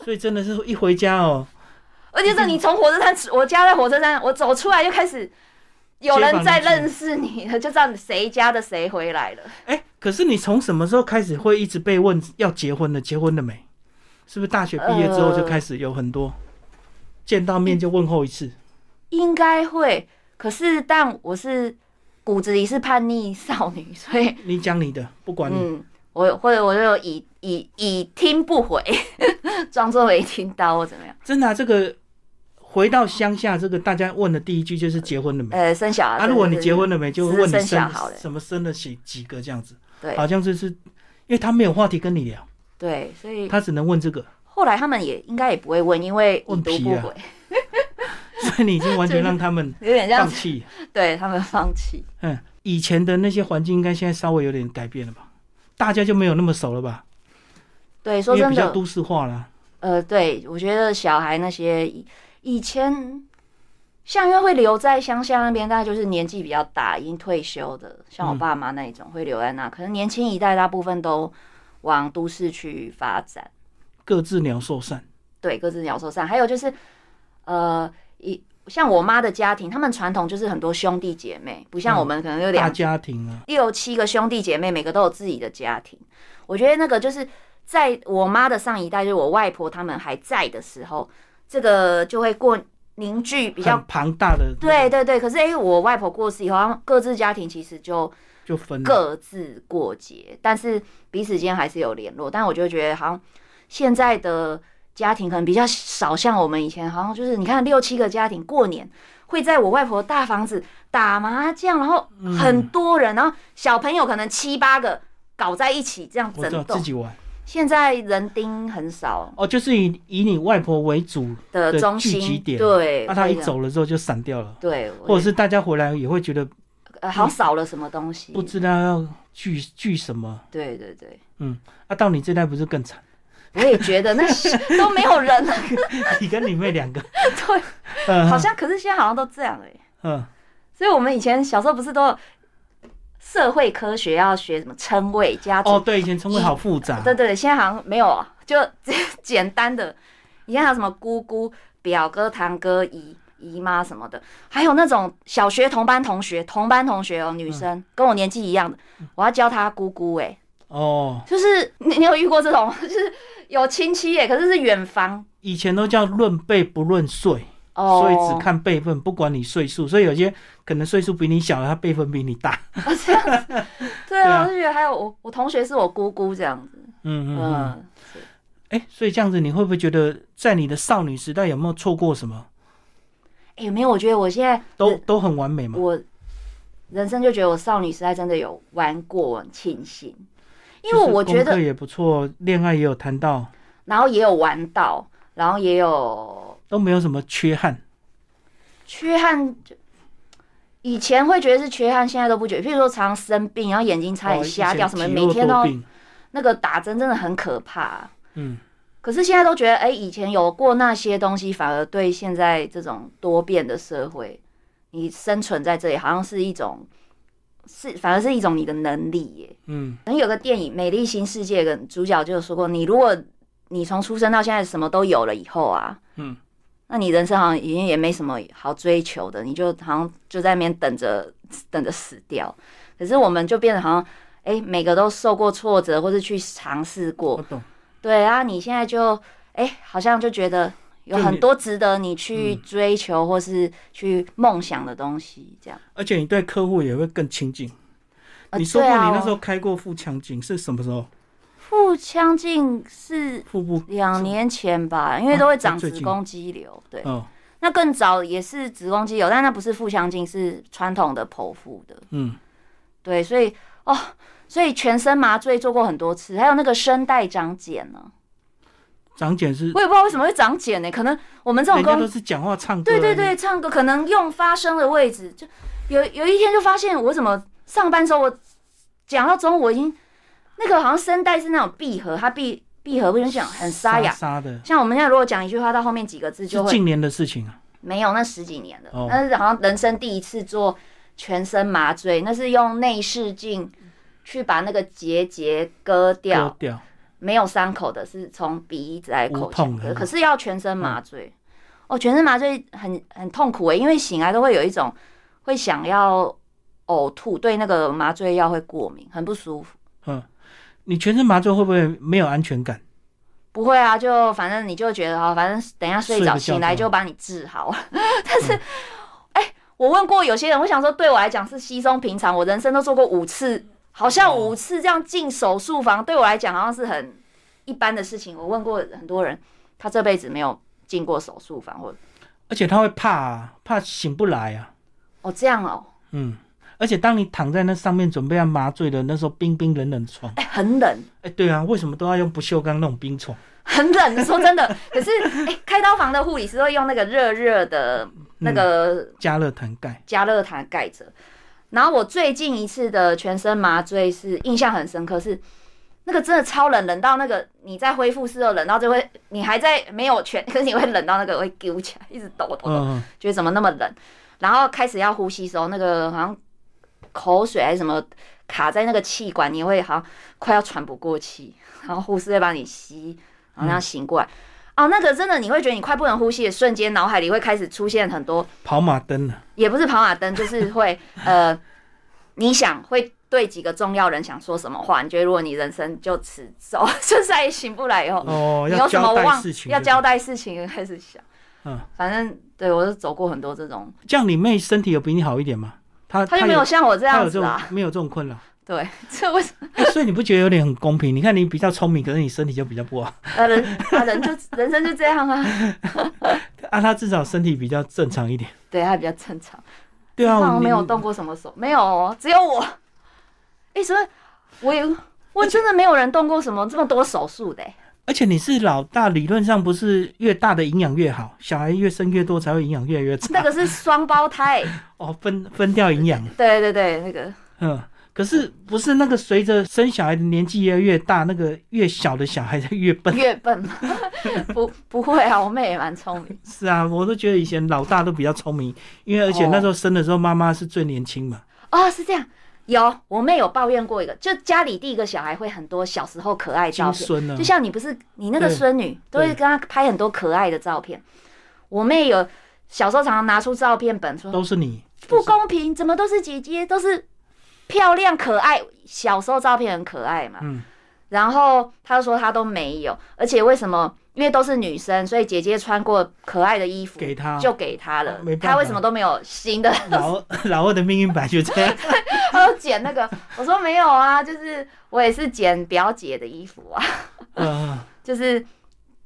[SPEAKER 1] 所以真的是一回家哦，
[SPEAKER 2] 而且是你从火车站，我家在火车站，我走出来就开始有人在认识你了，就知道你谁家的谁回来了。
[SPEAKER 1] 哎、可是你从什么时候开始会一直被问要结婚了？结婚了没？是不是大学毕业之后就开始有很多、见到面就问候一次？
[SPEAKER 2] 应该会，可是但我是骨子里是叛逆少女，所以
[SPEAKER 1] 你讲你的，不管你。
[SPEAKER 2] 嗯，我或者我就以以以听不回，装作没听到或怎么样。
[SPEAKER 1] 真的、啊，这个回到乡下，这个大家问的第一句就是结婚了没？
[SPEAKER 2] 呃，生小孩。
[SPEAKER 1] 啊，如果你结婚
[SPEAKER 2] 了，
[SPEAKER 1] 了没，就
[SPEAKER 2] 只
[SPEAKER 1] 会
[SPEAKER 2] 是
[SPEAKER 1] 问你
[SPEAKER 2] 生小
[SPEAKER 1] 生
[SPEAKER 2] 孩了
[SPEAKER 1] 什么生了几几个这样子，
[SPEAKER 2] 对
[SPEAKER 1] 好像就是因为他没有话题跟你聊，
[SPEAKER 2] 对，所以
[SPEAKER 1] 他只能问这 个。
[SPEAKER 2] 后来他们也应该也不会问，因为已
[SPEAKER 1] 问
[SPEAKER 2] 读
[SPEAKER 1] 皮
[SPEAKER 2] 不
[SPEAKER 1] 啊
[SPEAKER 2] 回，
[SPEAKER 1] 所以你已经完全让他们
[SPEAKER 2] 有点
[SPEAKER 1] 放
[SPEAKER 2] 像
[SPEAKER 1] 弃。
[SPEAKER 2] 对他们放弃。
[SPEAKER 1] 嗯，以前的那些环境应该现在稍微有点改变了吧？大家就没有那么熟了吧？
[SPEAKER 2] 对，
[SPEAKER 1] 因
[SPEAKER 2] 说
[SPEAKER 1] 为
[SPEAKER 2] 真
[SPEAKER 1] 比较
[SPEAKER 2] 的，
[SPEAKER 1] 都市化了。
[SPEAKER 2] 呃，对，我觉得小孩那些以以前，像因为会留在乡下那边，大概就是年纪比较大，已经退休的，像我
[SPEAKER 1] 嗯
[SPEAKER 2] 爸妈那一种会留在那。可能年轻一代大部分都往都市去发展，
[SPEAKER 1] 各自鸟兽散，
[SPEAKER 2] 对，各自鸟兽散。还有就是，呃，一像我妈的家庭，他们传统就是很多兄弟姐妹，不像我们可能有
[SPEAKER 1] 大
[SPEAKER 2] 两
[SPEAKER 1] 家庭啊，
[SPEAKER 2] 六七个兄弟姐妹，每个都有自己的家庭。我觉得那个就是在我妈的上一代，就是我外婆他们还在的时候，这个就会过凝聚比较。
[SPEAKER 1] 很庞大的
[SPEAKER 2] 对对对，可是哎、诶我外婆过世以后，他们各自家庭其实就
[SPEAKER 1] 就分了。
[SPEAKER 2] 各自过节，但是彼此间还是有联络。但我就觉得好像现在的家庭可能比较少，像我们以前好像就是你看六七个家庭过年会在我外婆大房子打麻将，然后
[SPEAKER 1] 嗯
[SPEAKER 2] 很多人，然后小朋友可能七八个搞在一起这样
[SPEAKER 1] 我知道
[SPEAKER 2] 整
[SPEAKER 1] 自
[SPEAKER 2] 栋。
[SPEAKER 1] 己玩
[SPEAKER 2] 现在人丁很少
[SPEAKER 1] 哦，就是以以你外婆为主，
[SPEAKER 2] 的中
[SPEAKER 1] 聚集
[SPEAKER 2] 心，
[SPEAKER 1] 点
[SPEAKER 2] 对，
[SPEAKER 1] 那她
[SPEAKER 2] 非
[SPEAKER 1] 一
[SPEAKER 2] 常，
[SPEAKER 1] 走了之后就散掉了，
[SPEAKER 2] 对，我
[SPEAKER 1] 或者是大家回来也会觉得
[SPEAKER 2] 呃好少了什么东西
[SPEAKER 1] 不，知道要聚聚什么。
[SPEAKER 2] 对对对，
[SPEAKER 1] 啊，到你这代不是更 惨？
[SPEAKER 2] 我也觉得那 都没有 人了，
[SPEAKER 1] 你跟你妹两个，
[SPEAKER 2] 对。
[SPEAKER 1] 嗯
[SPEAKER 2] 好像可是现在好像都这样哎、欸，
[SPEAKER 1] 嗯，
[SPEAKER 2] 所以我们以前小时候不是都有社会科学要学什么称谓、家族，
[SPEAKER 1] 哦，对，以前称谓好复杂，
[SPEAKER 2] 啊对对对，现在好像没有啊，就简单的，以前还有什么姑姑、表哥、堂哥、姨，姨妈什么的，还有那种小学同班同学，同班同学哦，女
[SPEAKER 1] 嗯
[SPEAKER 2] 生、跟我年纪一样的，我要叫她姑姑哎、
[SPEAKER 1] 哦，
[SPEAKER 2] 就是 你你有遇过这种吗，就是有亲戚欸耶、可是是远房
[SPEAKER 1] 以前都叫论辈不论岁，
[SPEAKER 2] 哦，
[SPEAKER 1] 所以只看辈分，不管你岁数。所以有些可能岁数比你小，他辈分比你大。
[SPEAKER 2] 对
[SPEAKER 1] 对
[SPEAKER 2] 啊，
[SPEAKER 1] 啊
[SPEAKER 2] 我就觉得还有我我同学是我姑姑这样子，
[SPEAKER 1] 嗯嗯嗯。
[SPEAKER 2] 嗯，
[SPEAKER 1] 哎、所以这样子，你会不会觉得在你的少女时代有没有错过什么？
[SPEAKER 2] 哎、有没有？我觉得我现在
[SPEAKER 1] 都都很完美嘛。
[SPEAKER 2] 我人生就觉得我少女时代真的有玩过，我很庆幸，因为
[SPEAKER 1] 就是
[SPEAKER 2] 我觉
[SPEAKER 1] 功
[SPEAKER 2] 得
[SPEAKER 1] 课也不错，恋爱也有谈到，
[SPEAKER 2] 然后也有玩到，然后也有
[SPEAKER 1] 都没有什么缺憾。
[SPEAKER 2] 缺憾。以前会觉得是缺憾，现在都不觉得。譬如说常生病，然后眼睛差点瞎掉，什么
[SPEAKER 1] 哦以前
[SPEAKER 2] 每天
[SPEAKER 1] 体弱
[SPEAKER 2] 都
[SPEAKER 1] 多病
[SPEAKER 2] 那个打针真的很可怕、
[SPEAKER 1] 嗯，
[SPEAKER 2] 可是现在都觉得，哎、以前有过那些东西，反而对现在这种多变的社会，你生存在这里好像是一种，是反而是一种你的能力耶。
[SPEAKER 1] 嗯，
[SPEAKER 2] 可能有个电影《美丽新世界》的主角就有说过，你如果你从出生到现在什么都有了以后啊，
[SPEAKER 1] 嗯，
[SPEAKER 2] 那你人生好像已经也没什么好追求的，你就好像就在那边等着等着死掉。可是我们就变得好像，哎、每个都受过挫折，或是去尝试过
[SPEAKER 1] 我，懂。
[SPEAKER 2] 对啊，你现在就哎、好像就觉得有
[SPEAKER 1] 就你
[SPEAKER 2] 很多值得你去追求或是去梦想的东西，这样。
[SPEAKER 1] 而且你对客户也会更亲近。
[SPEAKER 2] 呃
[SPEAKER 1] 你说过
[SPEAKER 2] 对
[SPEAKER 1] 你
[SPEAKER 2] 啊
[SPEAKER 1] 那时候开过腹腔镜是什么时候？
[SPEAKER 2] 腹腔镜是
[SPEAKER 1] 腹部
[SPEAKER 2] 两年前吧，因为都会
[SPEAKER 1] 啊
[SPEAKER 2] 长
[SPEAKER 1] 那最
[SPEAKER 2] 子
[SPEAKER 1] 近
[SPEAKER 2] 宫肌瘤。对，
[SPEAKER 1] 哦，
[SPEAKER 2] 那更早也是子宫肌瘤，但那不是腹腔镜，是传统的剖腹的。
[SPEAKER 1] 嗯，
[SPEAKER 2] 对，所以哦，所以全身麻醉做过很多次，还有那个声带长茧呢、
[SPEAKER 1] 嗯长茧是
[SPEAKER 2] 我也不知道为什么会长茧呢、可能我们这种
[SPEAKER 1] 人家
[SPEAKER 2] 工
[SPEAKER 1] 都是啊讲话唱歌，
[SPEAKER 2] 对对，对，唱歌可能用发声的位置，就有有一天就发现我怎么上班的时候我讲到中午我已经那个好像声带是那种闭合，它闭闭合不影响，很沙哑。
[SPEAKER 1] 沙的，
[SPEAKER 2] 像我们现在如果讲一句话到后面几个字
[SPEAKER 1] 是
[SPEAKER 2] 就会
[SPEAKER 1] 近年的事情啊。
[SPEAKER 2] 没有，那十几年了
[SPEAKER 1] 哦，
[SPEAKER 2] 但是好像人生第一次做全身麻醉，那是用内视镜去把那个结节割掉，
[SPEAKER 1] 割掉，
[SPEAKER 2] 没有伤口的，是从鼻子来口
[SPEAKER 1] 无
[SPEAKER 2] 腔
[SPEAKER 1] 痛的嗯
[SPEAKER 2] 可可是要全身麻醉。哦，全身麻醉很很痛苦诶、欸因为醒来都会有一种会想要呕吐，对那个麻醉药会过敏，很不舒服。
[SPEAKER 1] 嗯，你全身麻醉会不会没有安全感？
[SPEAKER 2] 不会啊，就反正你就觉得哦，反正等一下睡
[SPEAKER 1] 睡
[SPEAKER 2] 着
[SPEAKER 1] 个觉
[SPEAKER 2] 醒来
[SPEAKER 1] 就好
[SPEAKER 2] 就把你治好。 但是，哎、我问过有些人，我想说对我来讲是稀松平常，我人生都做过五次，好
[SPEAKER 1] 哦
[SPEAKER 2] 像五次这样进手术房，对我来讲好像是很一般的事情。我问过很多人，他这辈子没有进过手术房，或
[SPEAKER 1] 而且他会怕啊，怕醒不来啊。
[SPEAKER 2] 哦这样哦，
[SPEAKER 1] 嗯，而且当你躺在那上面准备要麻醉的那时候，冰冰冷冷的床。
[SPEAKER 2] 哎、很冷，
[SPEAKER 1] 哎、对啊，为什么都要用不锈钢那种冰床？
[SPEAKER 2] 很冷。说真的，可是哎、开刀房的护理师会用那个热热的那个
[SPEAKER 1] 加热弹盖，
[SPEAKER 2] 加热毯盖着。然后我最近一次的全身麻醉是印象很深刻，是那个真的超冷，冷到那个你在恢复室后冷到就会，你还在没有全， 可是你会冷到那个会揪起来，一直抖抖抖，
[SPEAKER 1] 嗯，
[SPEAKER 2] 觉得怎么那么冷。然后开始要呼吸的时候，那个好像口水还是什么卡在那个气管，你会好像快要喘不过气，然后护士会帮你吸，然后让醒过来。哦，那个真的你会觉得你快不能呼吸的瞬间，脑海里会开始出现很多
[SPEAKER 1] 跑马灯啊，
[SPEAKER 2] 也不是跑马灯，就是 会呃，你想会对几个重要人想说什么话？你觉得如果你人生就此走， 就再也醒不来以后，
[SPEAKER 1] 哦，
[SPEAKER 2] 你
[SPEAKER 1] 要
[SPEAKER 2] 有什么
[SPEAKER 1] 交代
[SPEAKER 2] 忘
[SPEAKER 1] 事情，
[SPEAKER 2] 要交代事情开始想。
[SPEAKER 1] 嗯，
[SPEAKER 2] 反正对我是走过很多这种，
[SPEAKER 1] 这样你妹身体有比你好一点吗？她
[SPEAKER 2] 他就没有像我这
[SPEAKER 1] 她有
[SPEAKER 2] 样
[SPEAKER 1] 这
[SPEAKER 2] 子啊
[SPEAKER 1] 种
[SPEAKER 2] 啦。
[SPEAKER 1] 没有这种困扰、
[SPEAKER 2] 对， 这为什么？
[SPEAKER 1] 哎所以你不觉得有点很公平？你看你比较聪明，可是你身体就比较不好
[SPEAKER 2] 呃，人啊人就人生就这 样啊。
[SPEAKER 1] 啊，她至少身体比较正常一点。
[SPEAKER 2] 对，他比较正常，
[SPEAKER 1] 对啊，
[SPEAKER 2] 他好像
[SPEAKER 1] 你
[SPEAKER 2] 没有动过什么手，没有哦，只有我。哎、所以我也我真的没有人动过什么这么多手术的、欸
[SPEAKER 1] 而且你是老大，理论上不是越大的营养越好，小孩越生越多才会营养越来越差。
[SPEAKER 2] 那个是双胞胎。
[SPEAKER 1] 哦，分分掉营养，
[SPEAKER 2] 对对对，那个
[SPEAKER 1] 嗯。可是不是那个随着生小孩的年纪越来越大，那个越小的小孩才越笨。
[SPEAKER 2] 越笨，不不会啊，我妹也蛮聪明。
[SPEAKER 1] 是啊，我都觉得以前老大都比较聪明，因为而且
[SPEAKER 2] 哦
[SPEAKER 1] 那时候生的时候妈妈是最年轻嘛。
[SPEAKER 2] 哦，是这样。有，我妹有抱怨过一个，就家里第一个小孩会很多小时候可爱照
[SPEAKER 1] 金
[SPEAKER 2] 片，
[SPEAKER 1] 孙呢
[SPEAKER 2] 就？像你不是你那个
[SPEAKER 1] 对
[SPEAKER 2] 孙女都会
[SPEAKER 1] 对
[SPEAKER 2] 跟她拍很多可爱的照片。我妹有小时候常常拿出照片本说
[SPEAKER 1] 都是你，
[SPEAKER 2] 不公平，怎么都是姐姐，都是漂亮可爱，小时候照片很可爱嘛。
[SPEAKER 1] 嗯
[SPEAKER 2] 然后他就说他都没有，而且为什么？因为都是女生，所以姐姐穿过可爱的衣服
[SPEAKER 1] 给他
[SPEAKER 2] 就给他了
[SPEAKER 1] 哦没。办法
[SPEAKER 2] 他为什么都没有新的？
[SPEAKER 1] 老二 老二的命运本来就这 样，
[SPEAKER 2] 他都捡那个， 我说没有啊，就是我也是捡表姐的衣服啊，
[SPEAKER 1] 呃，
[SPEAKER 2] 就是。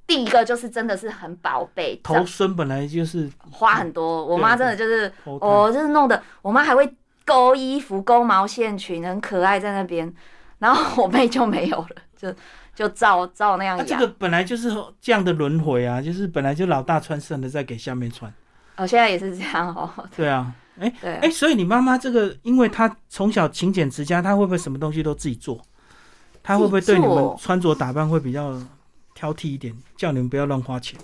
[SPEAKER 2] 第一个就是真的是很宝贝，
[SPEAKER 1] 头孙本来就是
[SPEAKER 2] 花很多。我妈真的就是
[SPEAKER 1] 头疼
[SPEAKER 2] 哦，就是弄的，我妈还会勾衣服、勾毛线裙，很可爱在那边。然后我妹就没有了，就就照照那样
[SPEAKER 1] 那、啊
[SPEAKER 2] 养。
[SPEAKER 1] 这个本来就是这样的轮回啊，就是本来就老大穿剩的再给下面穿，
[SPEAKER 2] 哦，现在也是这样哦。
[SPEAKER 1] 对啊，哎、
[SPEAKER 2] 对
[SPEAKER 1] 哎、，所以你妈妈这个，因为她从小勤俭持家，她会不会什么东西都自己做？她会不会对你
[SPEAKER 2] 自己
[SPEAKER 1] 们
[SPEAKER 2] 做
[SPEAKER 1] 穿着打扮会比较挑剔一点，叫你们不要乱花钱？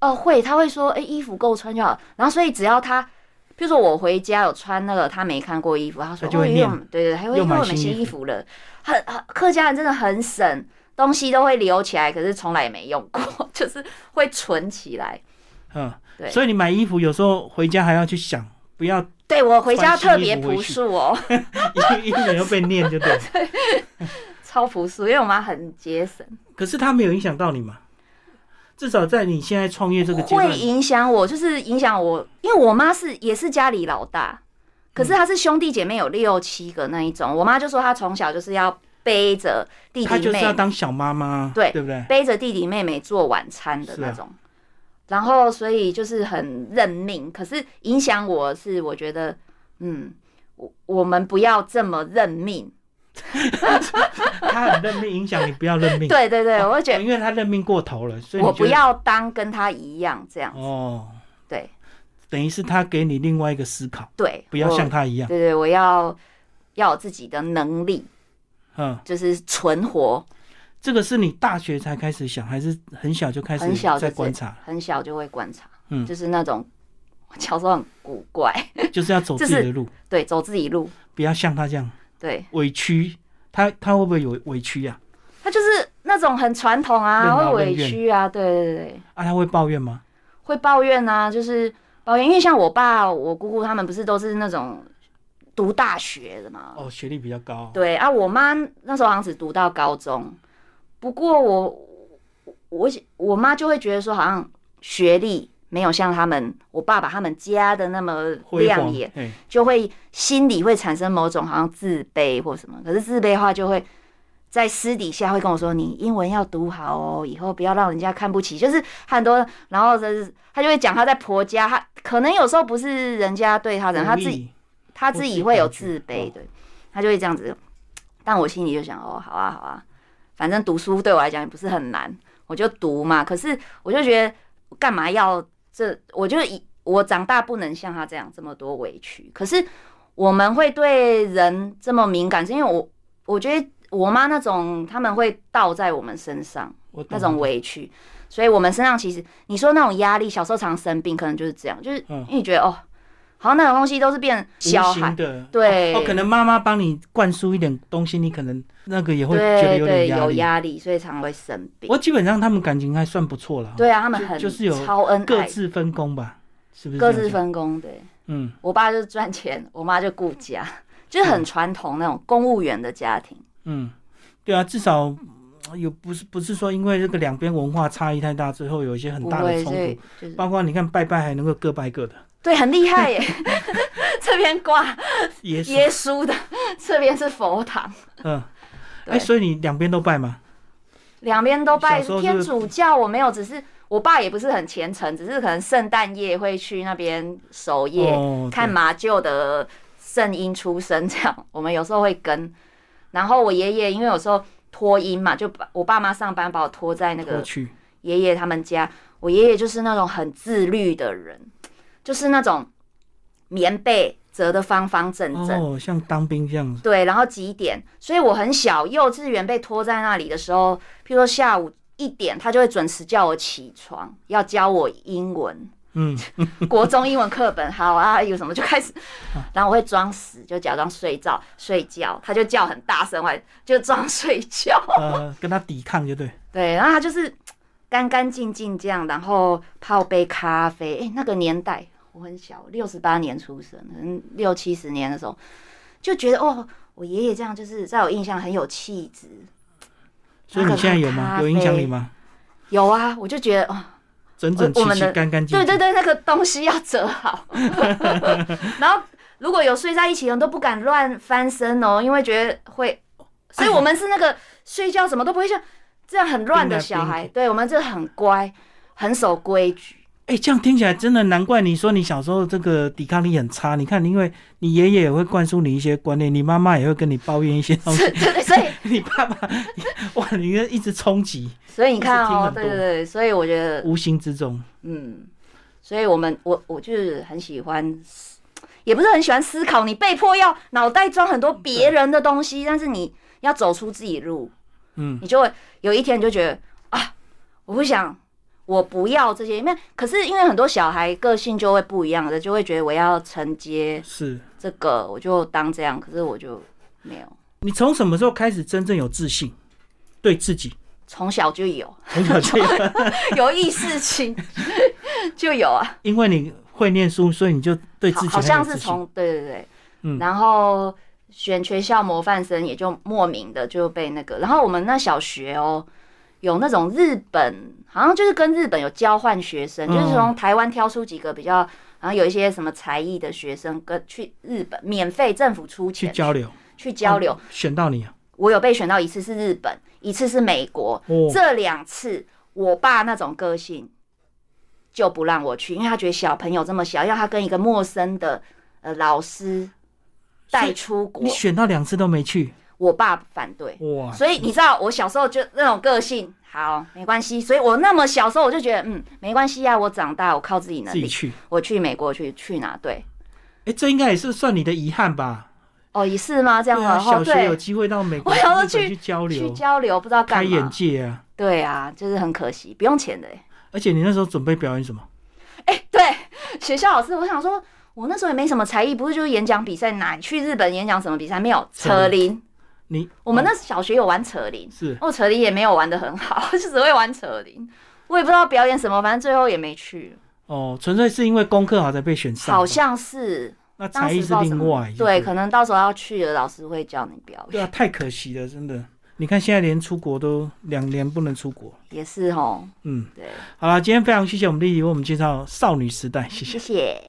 [SPEAKER 2] 哦会，她会说，哎、衣服够穿就好。然后所以只要她，比如说我回家有穿那个她没看过衣服，她说
[SPEAKER 1] 她就会
[SPEAKER 2] 哦，因为
[SPEAKER 1] 念
[SPEAKER 2] 我们对对，还会
[SPEAKER 1] 又
[SPEAKER 2] 因为
[SPEAKER 1] 买
[SPEAKER 2] 我们
[SPEAKER 1] 新
[SPEAKER 2] 新
[SPEAKER 1] 衣
[SPEAKER 2] 衣服了，很很客家人真的很省，东西都会留起来，可是从来也没用过， 就是会存起来。
[SPEAKER 1] 嗯，
[SPEAKER 2] 对
[SPEAKER 1] 所以你买衣服有时候回家还要去想，不要
[SPEAKER 2] 对我回家
[SPEAKER 1] 穿新
[SPEAKER 2] 特
[SPEAKER 1] 衣
[SPEAKER 2] 别
[SPEAKER 1] 服回
[SPEAKER 2] 朴
[SPEAKER 1] 去
[SPEAKER 2] 素哦。
[SPEAKER 1] 一一点又被念，就对了。
[SPEAKER 2] 超朴素，因为我妈很节省，
[SPEAKER 1] 可是她没有影响到你嘛？至少在你现在创业这个阶段
[SPEAKER 2] 会，影响我，就是影响我，因为我妈是也是家里老大，可
[SPEAKER 1] 嗯
[SPEAKER 2] 是她是兄弟姐妹有六七个那一种，我妈就说她从小就是要背着弟
[SPEAKER 1] 她
[SPEAKER 2] 弟
[SPEAKER 1] 就是要
[SPEAKER 2] 妹
[SPEAKER 1] 当小妈妈，
[SPEAKER 2] 对
[SPEAKER 1] 对不对？
[SPEAKER 2] 背着弟弟妹妹做晚餐
[SPEAKER 1] 啊
[SPEAKER 2] 的那种，然后所以就是很认命，可是影响我是我觉得，嗯，我我们不要这么认命，
[SPEAKER 1] 她很认命，影响你不要认命。
[SPEAKER 2] 对对对，我会觉
[SPEAKER 1] 哦因为她认命过头了，所
[SPEAKER 2] 得
[SPEAKER 1] 以你
[SPEAKER 2] 我不
[SPEAKER 1] 觉得
[SPEAKER 2] 要当跟她一样这样，
[SPEAKER 1] 哦，
[SPEAKER 2] 对
[SPEAKER 1] 等于是她给你另外一个思考，
[SPEAKER 2] 对，
[SPEAKER 1] 不要
[SPEAKER 2] 我
[SPEAKER 1] 像她一样，
[SPEAKER 2] 对对，我要要有自己的能力，
[SPEAKER 1] 嗯。
[SPEAKER 2] 就是存活，
[SPEAKER 1] 这个是你大学才开始想，还是很小就开始
[SPEAKER 2] 很小就
[SPEAKER 1] 在
[SPEAKER 2] 是
[SPEAKER 1] 观察，
[SPEAKER 2] 很小就会观察，
[SPEAKER 1] 嗯
[SPEAKER 2] 就是那种我小时候很古怪，
[SPEAKER 1] 就是要走自己的路，
[SPEAKER 2] 对，走自己路，
[SPEAKER 1] 不要像他这样
[SPEAKER 2] 对
[SPEAKER 1] 委屈。他他会不会有委屈啊呀、
[SPEAKER 2] 他就是那种很传统
[SPEAKER 1] 任
[SPEAKER 2] 啊，
[SPEAKER 1] 劳
[SPEAKER 2] 会
[SPEAKER 1] 任
[SPEAKER 2] 委
[SPEAKER 1] 怨
[SPEAKER 2] 屈啊，对对对，
[SPEAKER 1] 啊？他会抱怨吗？
[SPEAKER 2] 会抱怨啊，就是抱怨，因为像我爸、我姑姑他们不是都是那种读大学的嘛，
[SPEAKER 1] 哦，学历比较高，
[SPEAKER 2] 对啊，我妈那时候好像只读到高中，不过我我我妈就会觉得说，好像学历没有像他们我爸爸他们家的那么
[SPEAKER 1] 辉
[SPEAKER 2] 亮
[SPEAKER 1] 煌
[SPEAKER 2] 眼，，
[SPEAKER 1] 哎，
[SPEAKER 2] 就会心里会产生某种好像自卑或什么。可是自卑的话，就会在私底下会跟我说，你英文要读好哦，以后不要让人家看不起。就是她很多，然后就是她就会讲她在婆家，她可能有时候不是人家对她人，她自己
[SPEAKER 1] 己
[SPEAKER 2] 他自己会有自
[SPEAKER 1] 我自己
[SPEAKER 2] 卑，
[SPEAKER 1] 感
[SPEAKER 2] 对，他就会这样子。但我心里就想，哦，好啊，好啊，反正读书对我来讲也不是很难，我就读嘛。可是我就觉得，干嘛要这？我就以我长大不能像他这样这么多委屈。可是我们会对人这么敏感，是因为我我觉得我妈那种他们会倒在我们身上
[SPEAKER 1] 我懂
[SPEAKER 2] 那种委屈，所以我们身上其实你说那种压力，小时候常生病，可能就是这样，就是
[SPEAKER 1] 嗯
[SPEAKER 2] 因为你觉得、哦，好像那种东西都是变小
[SPEAKER 1] 无形
[SPEAKER 2] 孩。
[SPEAKER 1] 的，
[SPEAKER 2] 对
[SPEAKER 1] 哦，可能妈妈帮你灌输一点东西，你可能那个也会觉得
[SPEAKER 2] 对
[SPEAKER 1] 有
[SPEAKER 2] 对，
[SPEAKER 1] 点
[SPEAKER 2] 有
[SPEAKER 1] 力。
[SPEAKER 2] 压力，所以常会生病。
[SPEAKER 1] 我基本上他们感情还算不错了，，
[SPEAKER 2] 对啊，他们很
[SPEAKER 1] 就是有
[SPEAKER 2] 超恩
[SPEAKER 1] 各
[SPEAKER 2] 嗯爱，
[SPEAKER 1] 自分工吧，是不是？
[SPEAKER 2] 各自，分工。对
[SPEAKER 1] 嗯，
[SPEAKER 2] 我爸就是赚钱，我妈就顾家， 就是很传统那种公务员的家庭。
[SPEAKER 1] 嗯，对啊，至少嗯有不是不是说因为这个两边文化差异太大，最后有一些很
[SPEAKER 2] 不
[SPEAKER 1] 大的
[SPEAKER 2] 会，
[SPEAKER 1] 冲
[SPEAKER 2] 所以
[SPEAKER 1] 突，
[SPEAKER 2] 就是
[SPEAKER 1] 包括你看拜拜还能够各拜各的，
[SPEAKER 2] 对，很厉害 耶。这边挂
[SPEAKER 1] 耶稣，
[SPEAKER 2] 耶稣的， 这边是佛堂，
[SPEAKER 1] 嗯，
[SPEAKER 2] 对
[SPEAKER 1] 哎，所以你两边都拜吗？
[SPEAKER 2] 两边都拜
[SPEAKER 1] 小时候
[SPEAKER 2] 天
[SPEAKER 1] 就是
[SPEAKER 2] 主教。我没有，只是我爸也不是很虔诚，只是可能圣诞夜会去那边守夜。
[SPEAKER 1] 哦，
[SPEAKER 2] 看
[SPEAKER 1] 对
[SPEAKER 2] 马厩的圣婴出生这样，我们有时候会跟。然后我爷爷因为有时候托婴嘛，就把我爸妈上班把我托在那
[SPEAKER 1] 脱
[SPEAKER 2] 个
[SPEAKER 1] 去，
[SPEAKER 2] 爷爷他们家。我爷爷就是那种很自律的人，就是那种棉被折得方方正正，
[SPEAKER 1] 哦，像当兵这样子，
[SPEAKER 2] 对，然后几点？所以我很小，幼稚园被拖在那里的时候，譬如说下午一点，他就会准时叫我起床，要教我英文。
[SPEAKER 1] 嗯，
[SPEAKER 2] 国中英文课本，好啊，有什么就开始，然后我会装死，就假装睡觉睡觉，他就叫很大声，我还就装睡觉。
[SPEAKER 1] 呃，跟他抵抗就对，
[SPEAKER 2] 对，然后他就是干干净净这样，然后泡杯咖啡。哎、那个年代我很小，六十八年出生，可能六七十年的时候，就觉得哦，我爷爷这样就是在我印象很有气质。
[SPEAKER 1] 所以你现在有
[SPEAKER 2] 那个咖
[SPEAKER 1] 吗？
[SPEAKER 2] 啡
[SPEAKER 1] 有影响你吗？
[SPEAKER 2] 有啊，我就觉得哦，
[SPEAKER 1] 整整齐
[SPEAKER 2] 我我们
[SPEAKER 1] 齐、
[SPEAKER 2] 的
[SPEAKER 1] 干干净
[SPEAKER 2] 对
[SPEAKER 1] 净。
[SPEAKER 2] 对对，那个东西要 折好。然后如果有睡在一起的人都不敢乱翻身哦，因为觉得会，所以我们是那个睡觉什么都不会像这样很乱的小
[SPEAKER 1] 冰啊
[SPEAKER 2] 孩。对我们这很乖，很守规矩。
[SPEAKER 1] 哎、这样听起来真的难怪你说你小时候这个抵抗力很差。你看，因为你爷爷也会灌输你一些观念，你妈妈也会跟你抱怨一些东西，
[SPEAKER 2] 是， 对对，所以
[SPEAKER 1] 你爸爸，哇，你这一直冲击，
[SPEAKER 2] 所以你看哦，
[SPEAKER 1] 就是听很多
[SPEAKER 2] 对对对，所以我觉得，
[SPEAKER 1] 无形之中，
[SPEAKER 2] 嗯，所以我们我我就是很喜欢思，也不是很喜欢思考，你被迫要脑袋装很多别人的东西，但是你要走出自己路，
[SPEAKER 1] 嗯，
[SPEAKER 2] 你就会有一天你就觉得啊，我不想，我不要这些，因为可是因为很多小孩个性就会不一样的，就会觉得我要承接
[SPEAKER 1] 是
[SPEAKER 2] 这个，我就当这样，可是我就没有，
[SPEAKER 1] 你从什么时候开始真正有自信？对自己
[SPEAKER 2] 从小就有
[SPEAKER 1] 从小就有，
[SPEAKER 2] 有意识情 就有啊。
[SPEAKER 1] 因为你会念书，所以你就对自己
[SPEAKER 2] 好好
[SPEAKER 1] 很有
[SPEAKER 2] 像
[SPEAKER 1] 自
[SPEAKER 2] 是
[SPEAKER 1] 信。
[SPEAKER 2] 从对对对，
[SPEAKER 1] 嗯
[SPEAKER 2] 然后选全校模范生也就莫名的就被那个，然后我们那小学哦，有那种日本，好像就是跟日本有交换学生，
[SPEAKER 1] 嗯
[SPEAKER 2] 就是从台湾挑出几个比较，然后有一些什么才艺的学生跟去日本免费政府出
[SPEAKER 1] 去
[SPEAKER 2] 钱
[SPEAKER 1] 交流，
[SPEAKER 2] 去交流，
[SPEAKER 1] 哦选到你啊！
[SPEAKER 2] 我有被选到一次是日本，一次是美国，
[SPEAKER 1] 哦，
[SPEAKER 2] 这两次我爸那种个性就不让我去，因为他觉得小朋友这么小，要他跟一个陌生的呃老师带出国
[SPEAKER 1] 你，选到两次都没去，
[SPEAKER 2] 我爸反对。
[SPEAKER 1] 哇！
[SPEAKER 2] 所以你知道我小时候就那种个性，好没关系。所以我那么小时候我就觉得，嗯，没关系啊，我长大我靠自己能
[SPEAKER 1] 自己
[SPEAKER 2] 力。
[SPEAKER 1] 去，
[SPEAKER 2] 我去美国去去哪？对，
[SPEAKER 1] 哎、这应该也是算你的遗憾吧？
[SPEAKER 2] 哦，也是吗？这样
[SPEAKER 1] 对啊，
[SPEAKER 2] 然
[SPEAKER 1] 小
[SPEAKER 2] 后
[SPEAKER 1] 学有
[SPEAKER 2] 对，
[SPEAKER 1] 机会到美国、
[SPEAKER 2] 我
[SPEAKER 1] 日
[SPEAKER 2] 想说
[SPEAKER 1] 本
[SPEAKER 2] 去
[SPEAKER 1] 去交
[SPEAKER 2] 去
[SPEAKER 1] 流，
[SPEAKER 2] 交流不知道
[SPEAKER 1] 开
[SPEAKER 2] 干
[SPEAKER 1] 眼
[SPEAKER 2] 嘛。
[SPEAKER 1] 界啊！
[SPEAKER 2] 对啊，就是很可惜，不用钱的欸
[SPEAKER 1] 而且你那时候准备表演什么？
[SPEAKER 2] 哎、对，学校老师，我想说，我那时候也没什么才艺，不是就是演讲比赛哪？你去日本演讲什么比赛没有？扯
[SPEAKER 1] 扯
[SPEAKER 2] 铃，
[SPEAKER 1] 你
[SPEAKER 2] 我们
[SPEAKER 1] 哦
[SPEAKER 2] 那小学有玩扯铃，
[SPEAKER 1] 是
[SPEAKER 2] 我扯铃也没有玩的很好，就 只会玩扯铃。我也不知道表演什么，反正最后也没去，
[SPEAKER 1] 哦，纯粹是因为功课好才被选上的，
[SPEAKER 2] 好像是
[SPEAKER 1] 那
[SPEAKER 2] 当
[SPEAKER 1] 才
[SPEAKER 2] 时
[SPEAKER 1] 艺
[SPEAKER 2] 不知
[SPEAKER 1] 是
[SPEAKER 2] 道什
[SPEAKER 1] 另
[SPEAKER 2] 么
[SPEAKER 1] 外，
[SPEAKER 2] 对，
[SPEAKER 1] 不
[SPEAKER 2] 可能到时候要去了，老师会叫你表
[SPEAKER 1] 对
[SPEAKER 2] 演，
[SPEAKER 1] 啊，太可惜了，真的。你看现在连出国都两年不能出国，
[SPEAKER 2] 也是哦，
[SPEAKER 1] 嗯，
[SPEAKER 2] 对，
[SPEAKER 1] 好了，今天非常谢谢我们丽丽为我们介绍少女时代，谢谢
[SPEAKER 2] 谢。谢。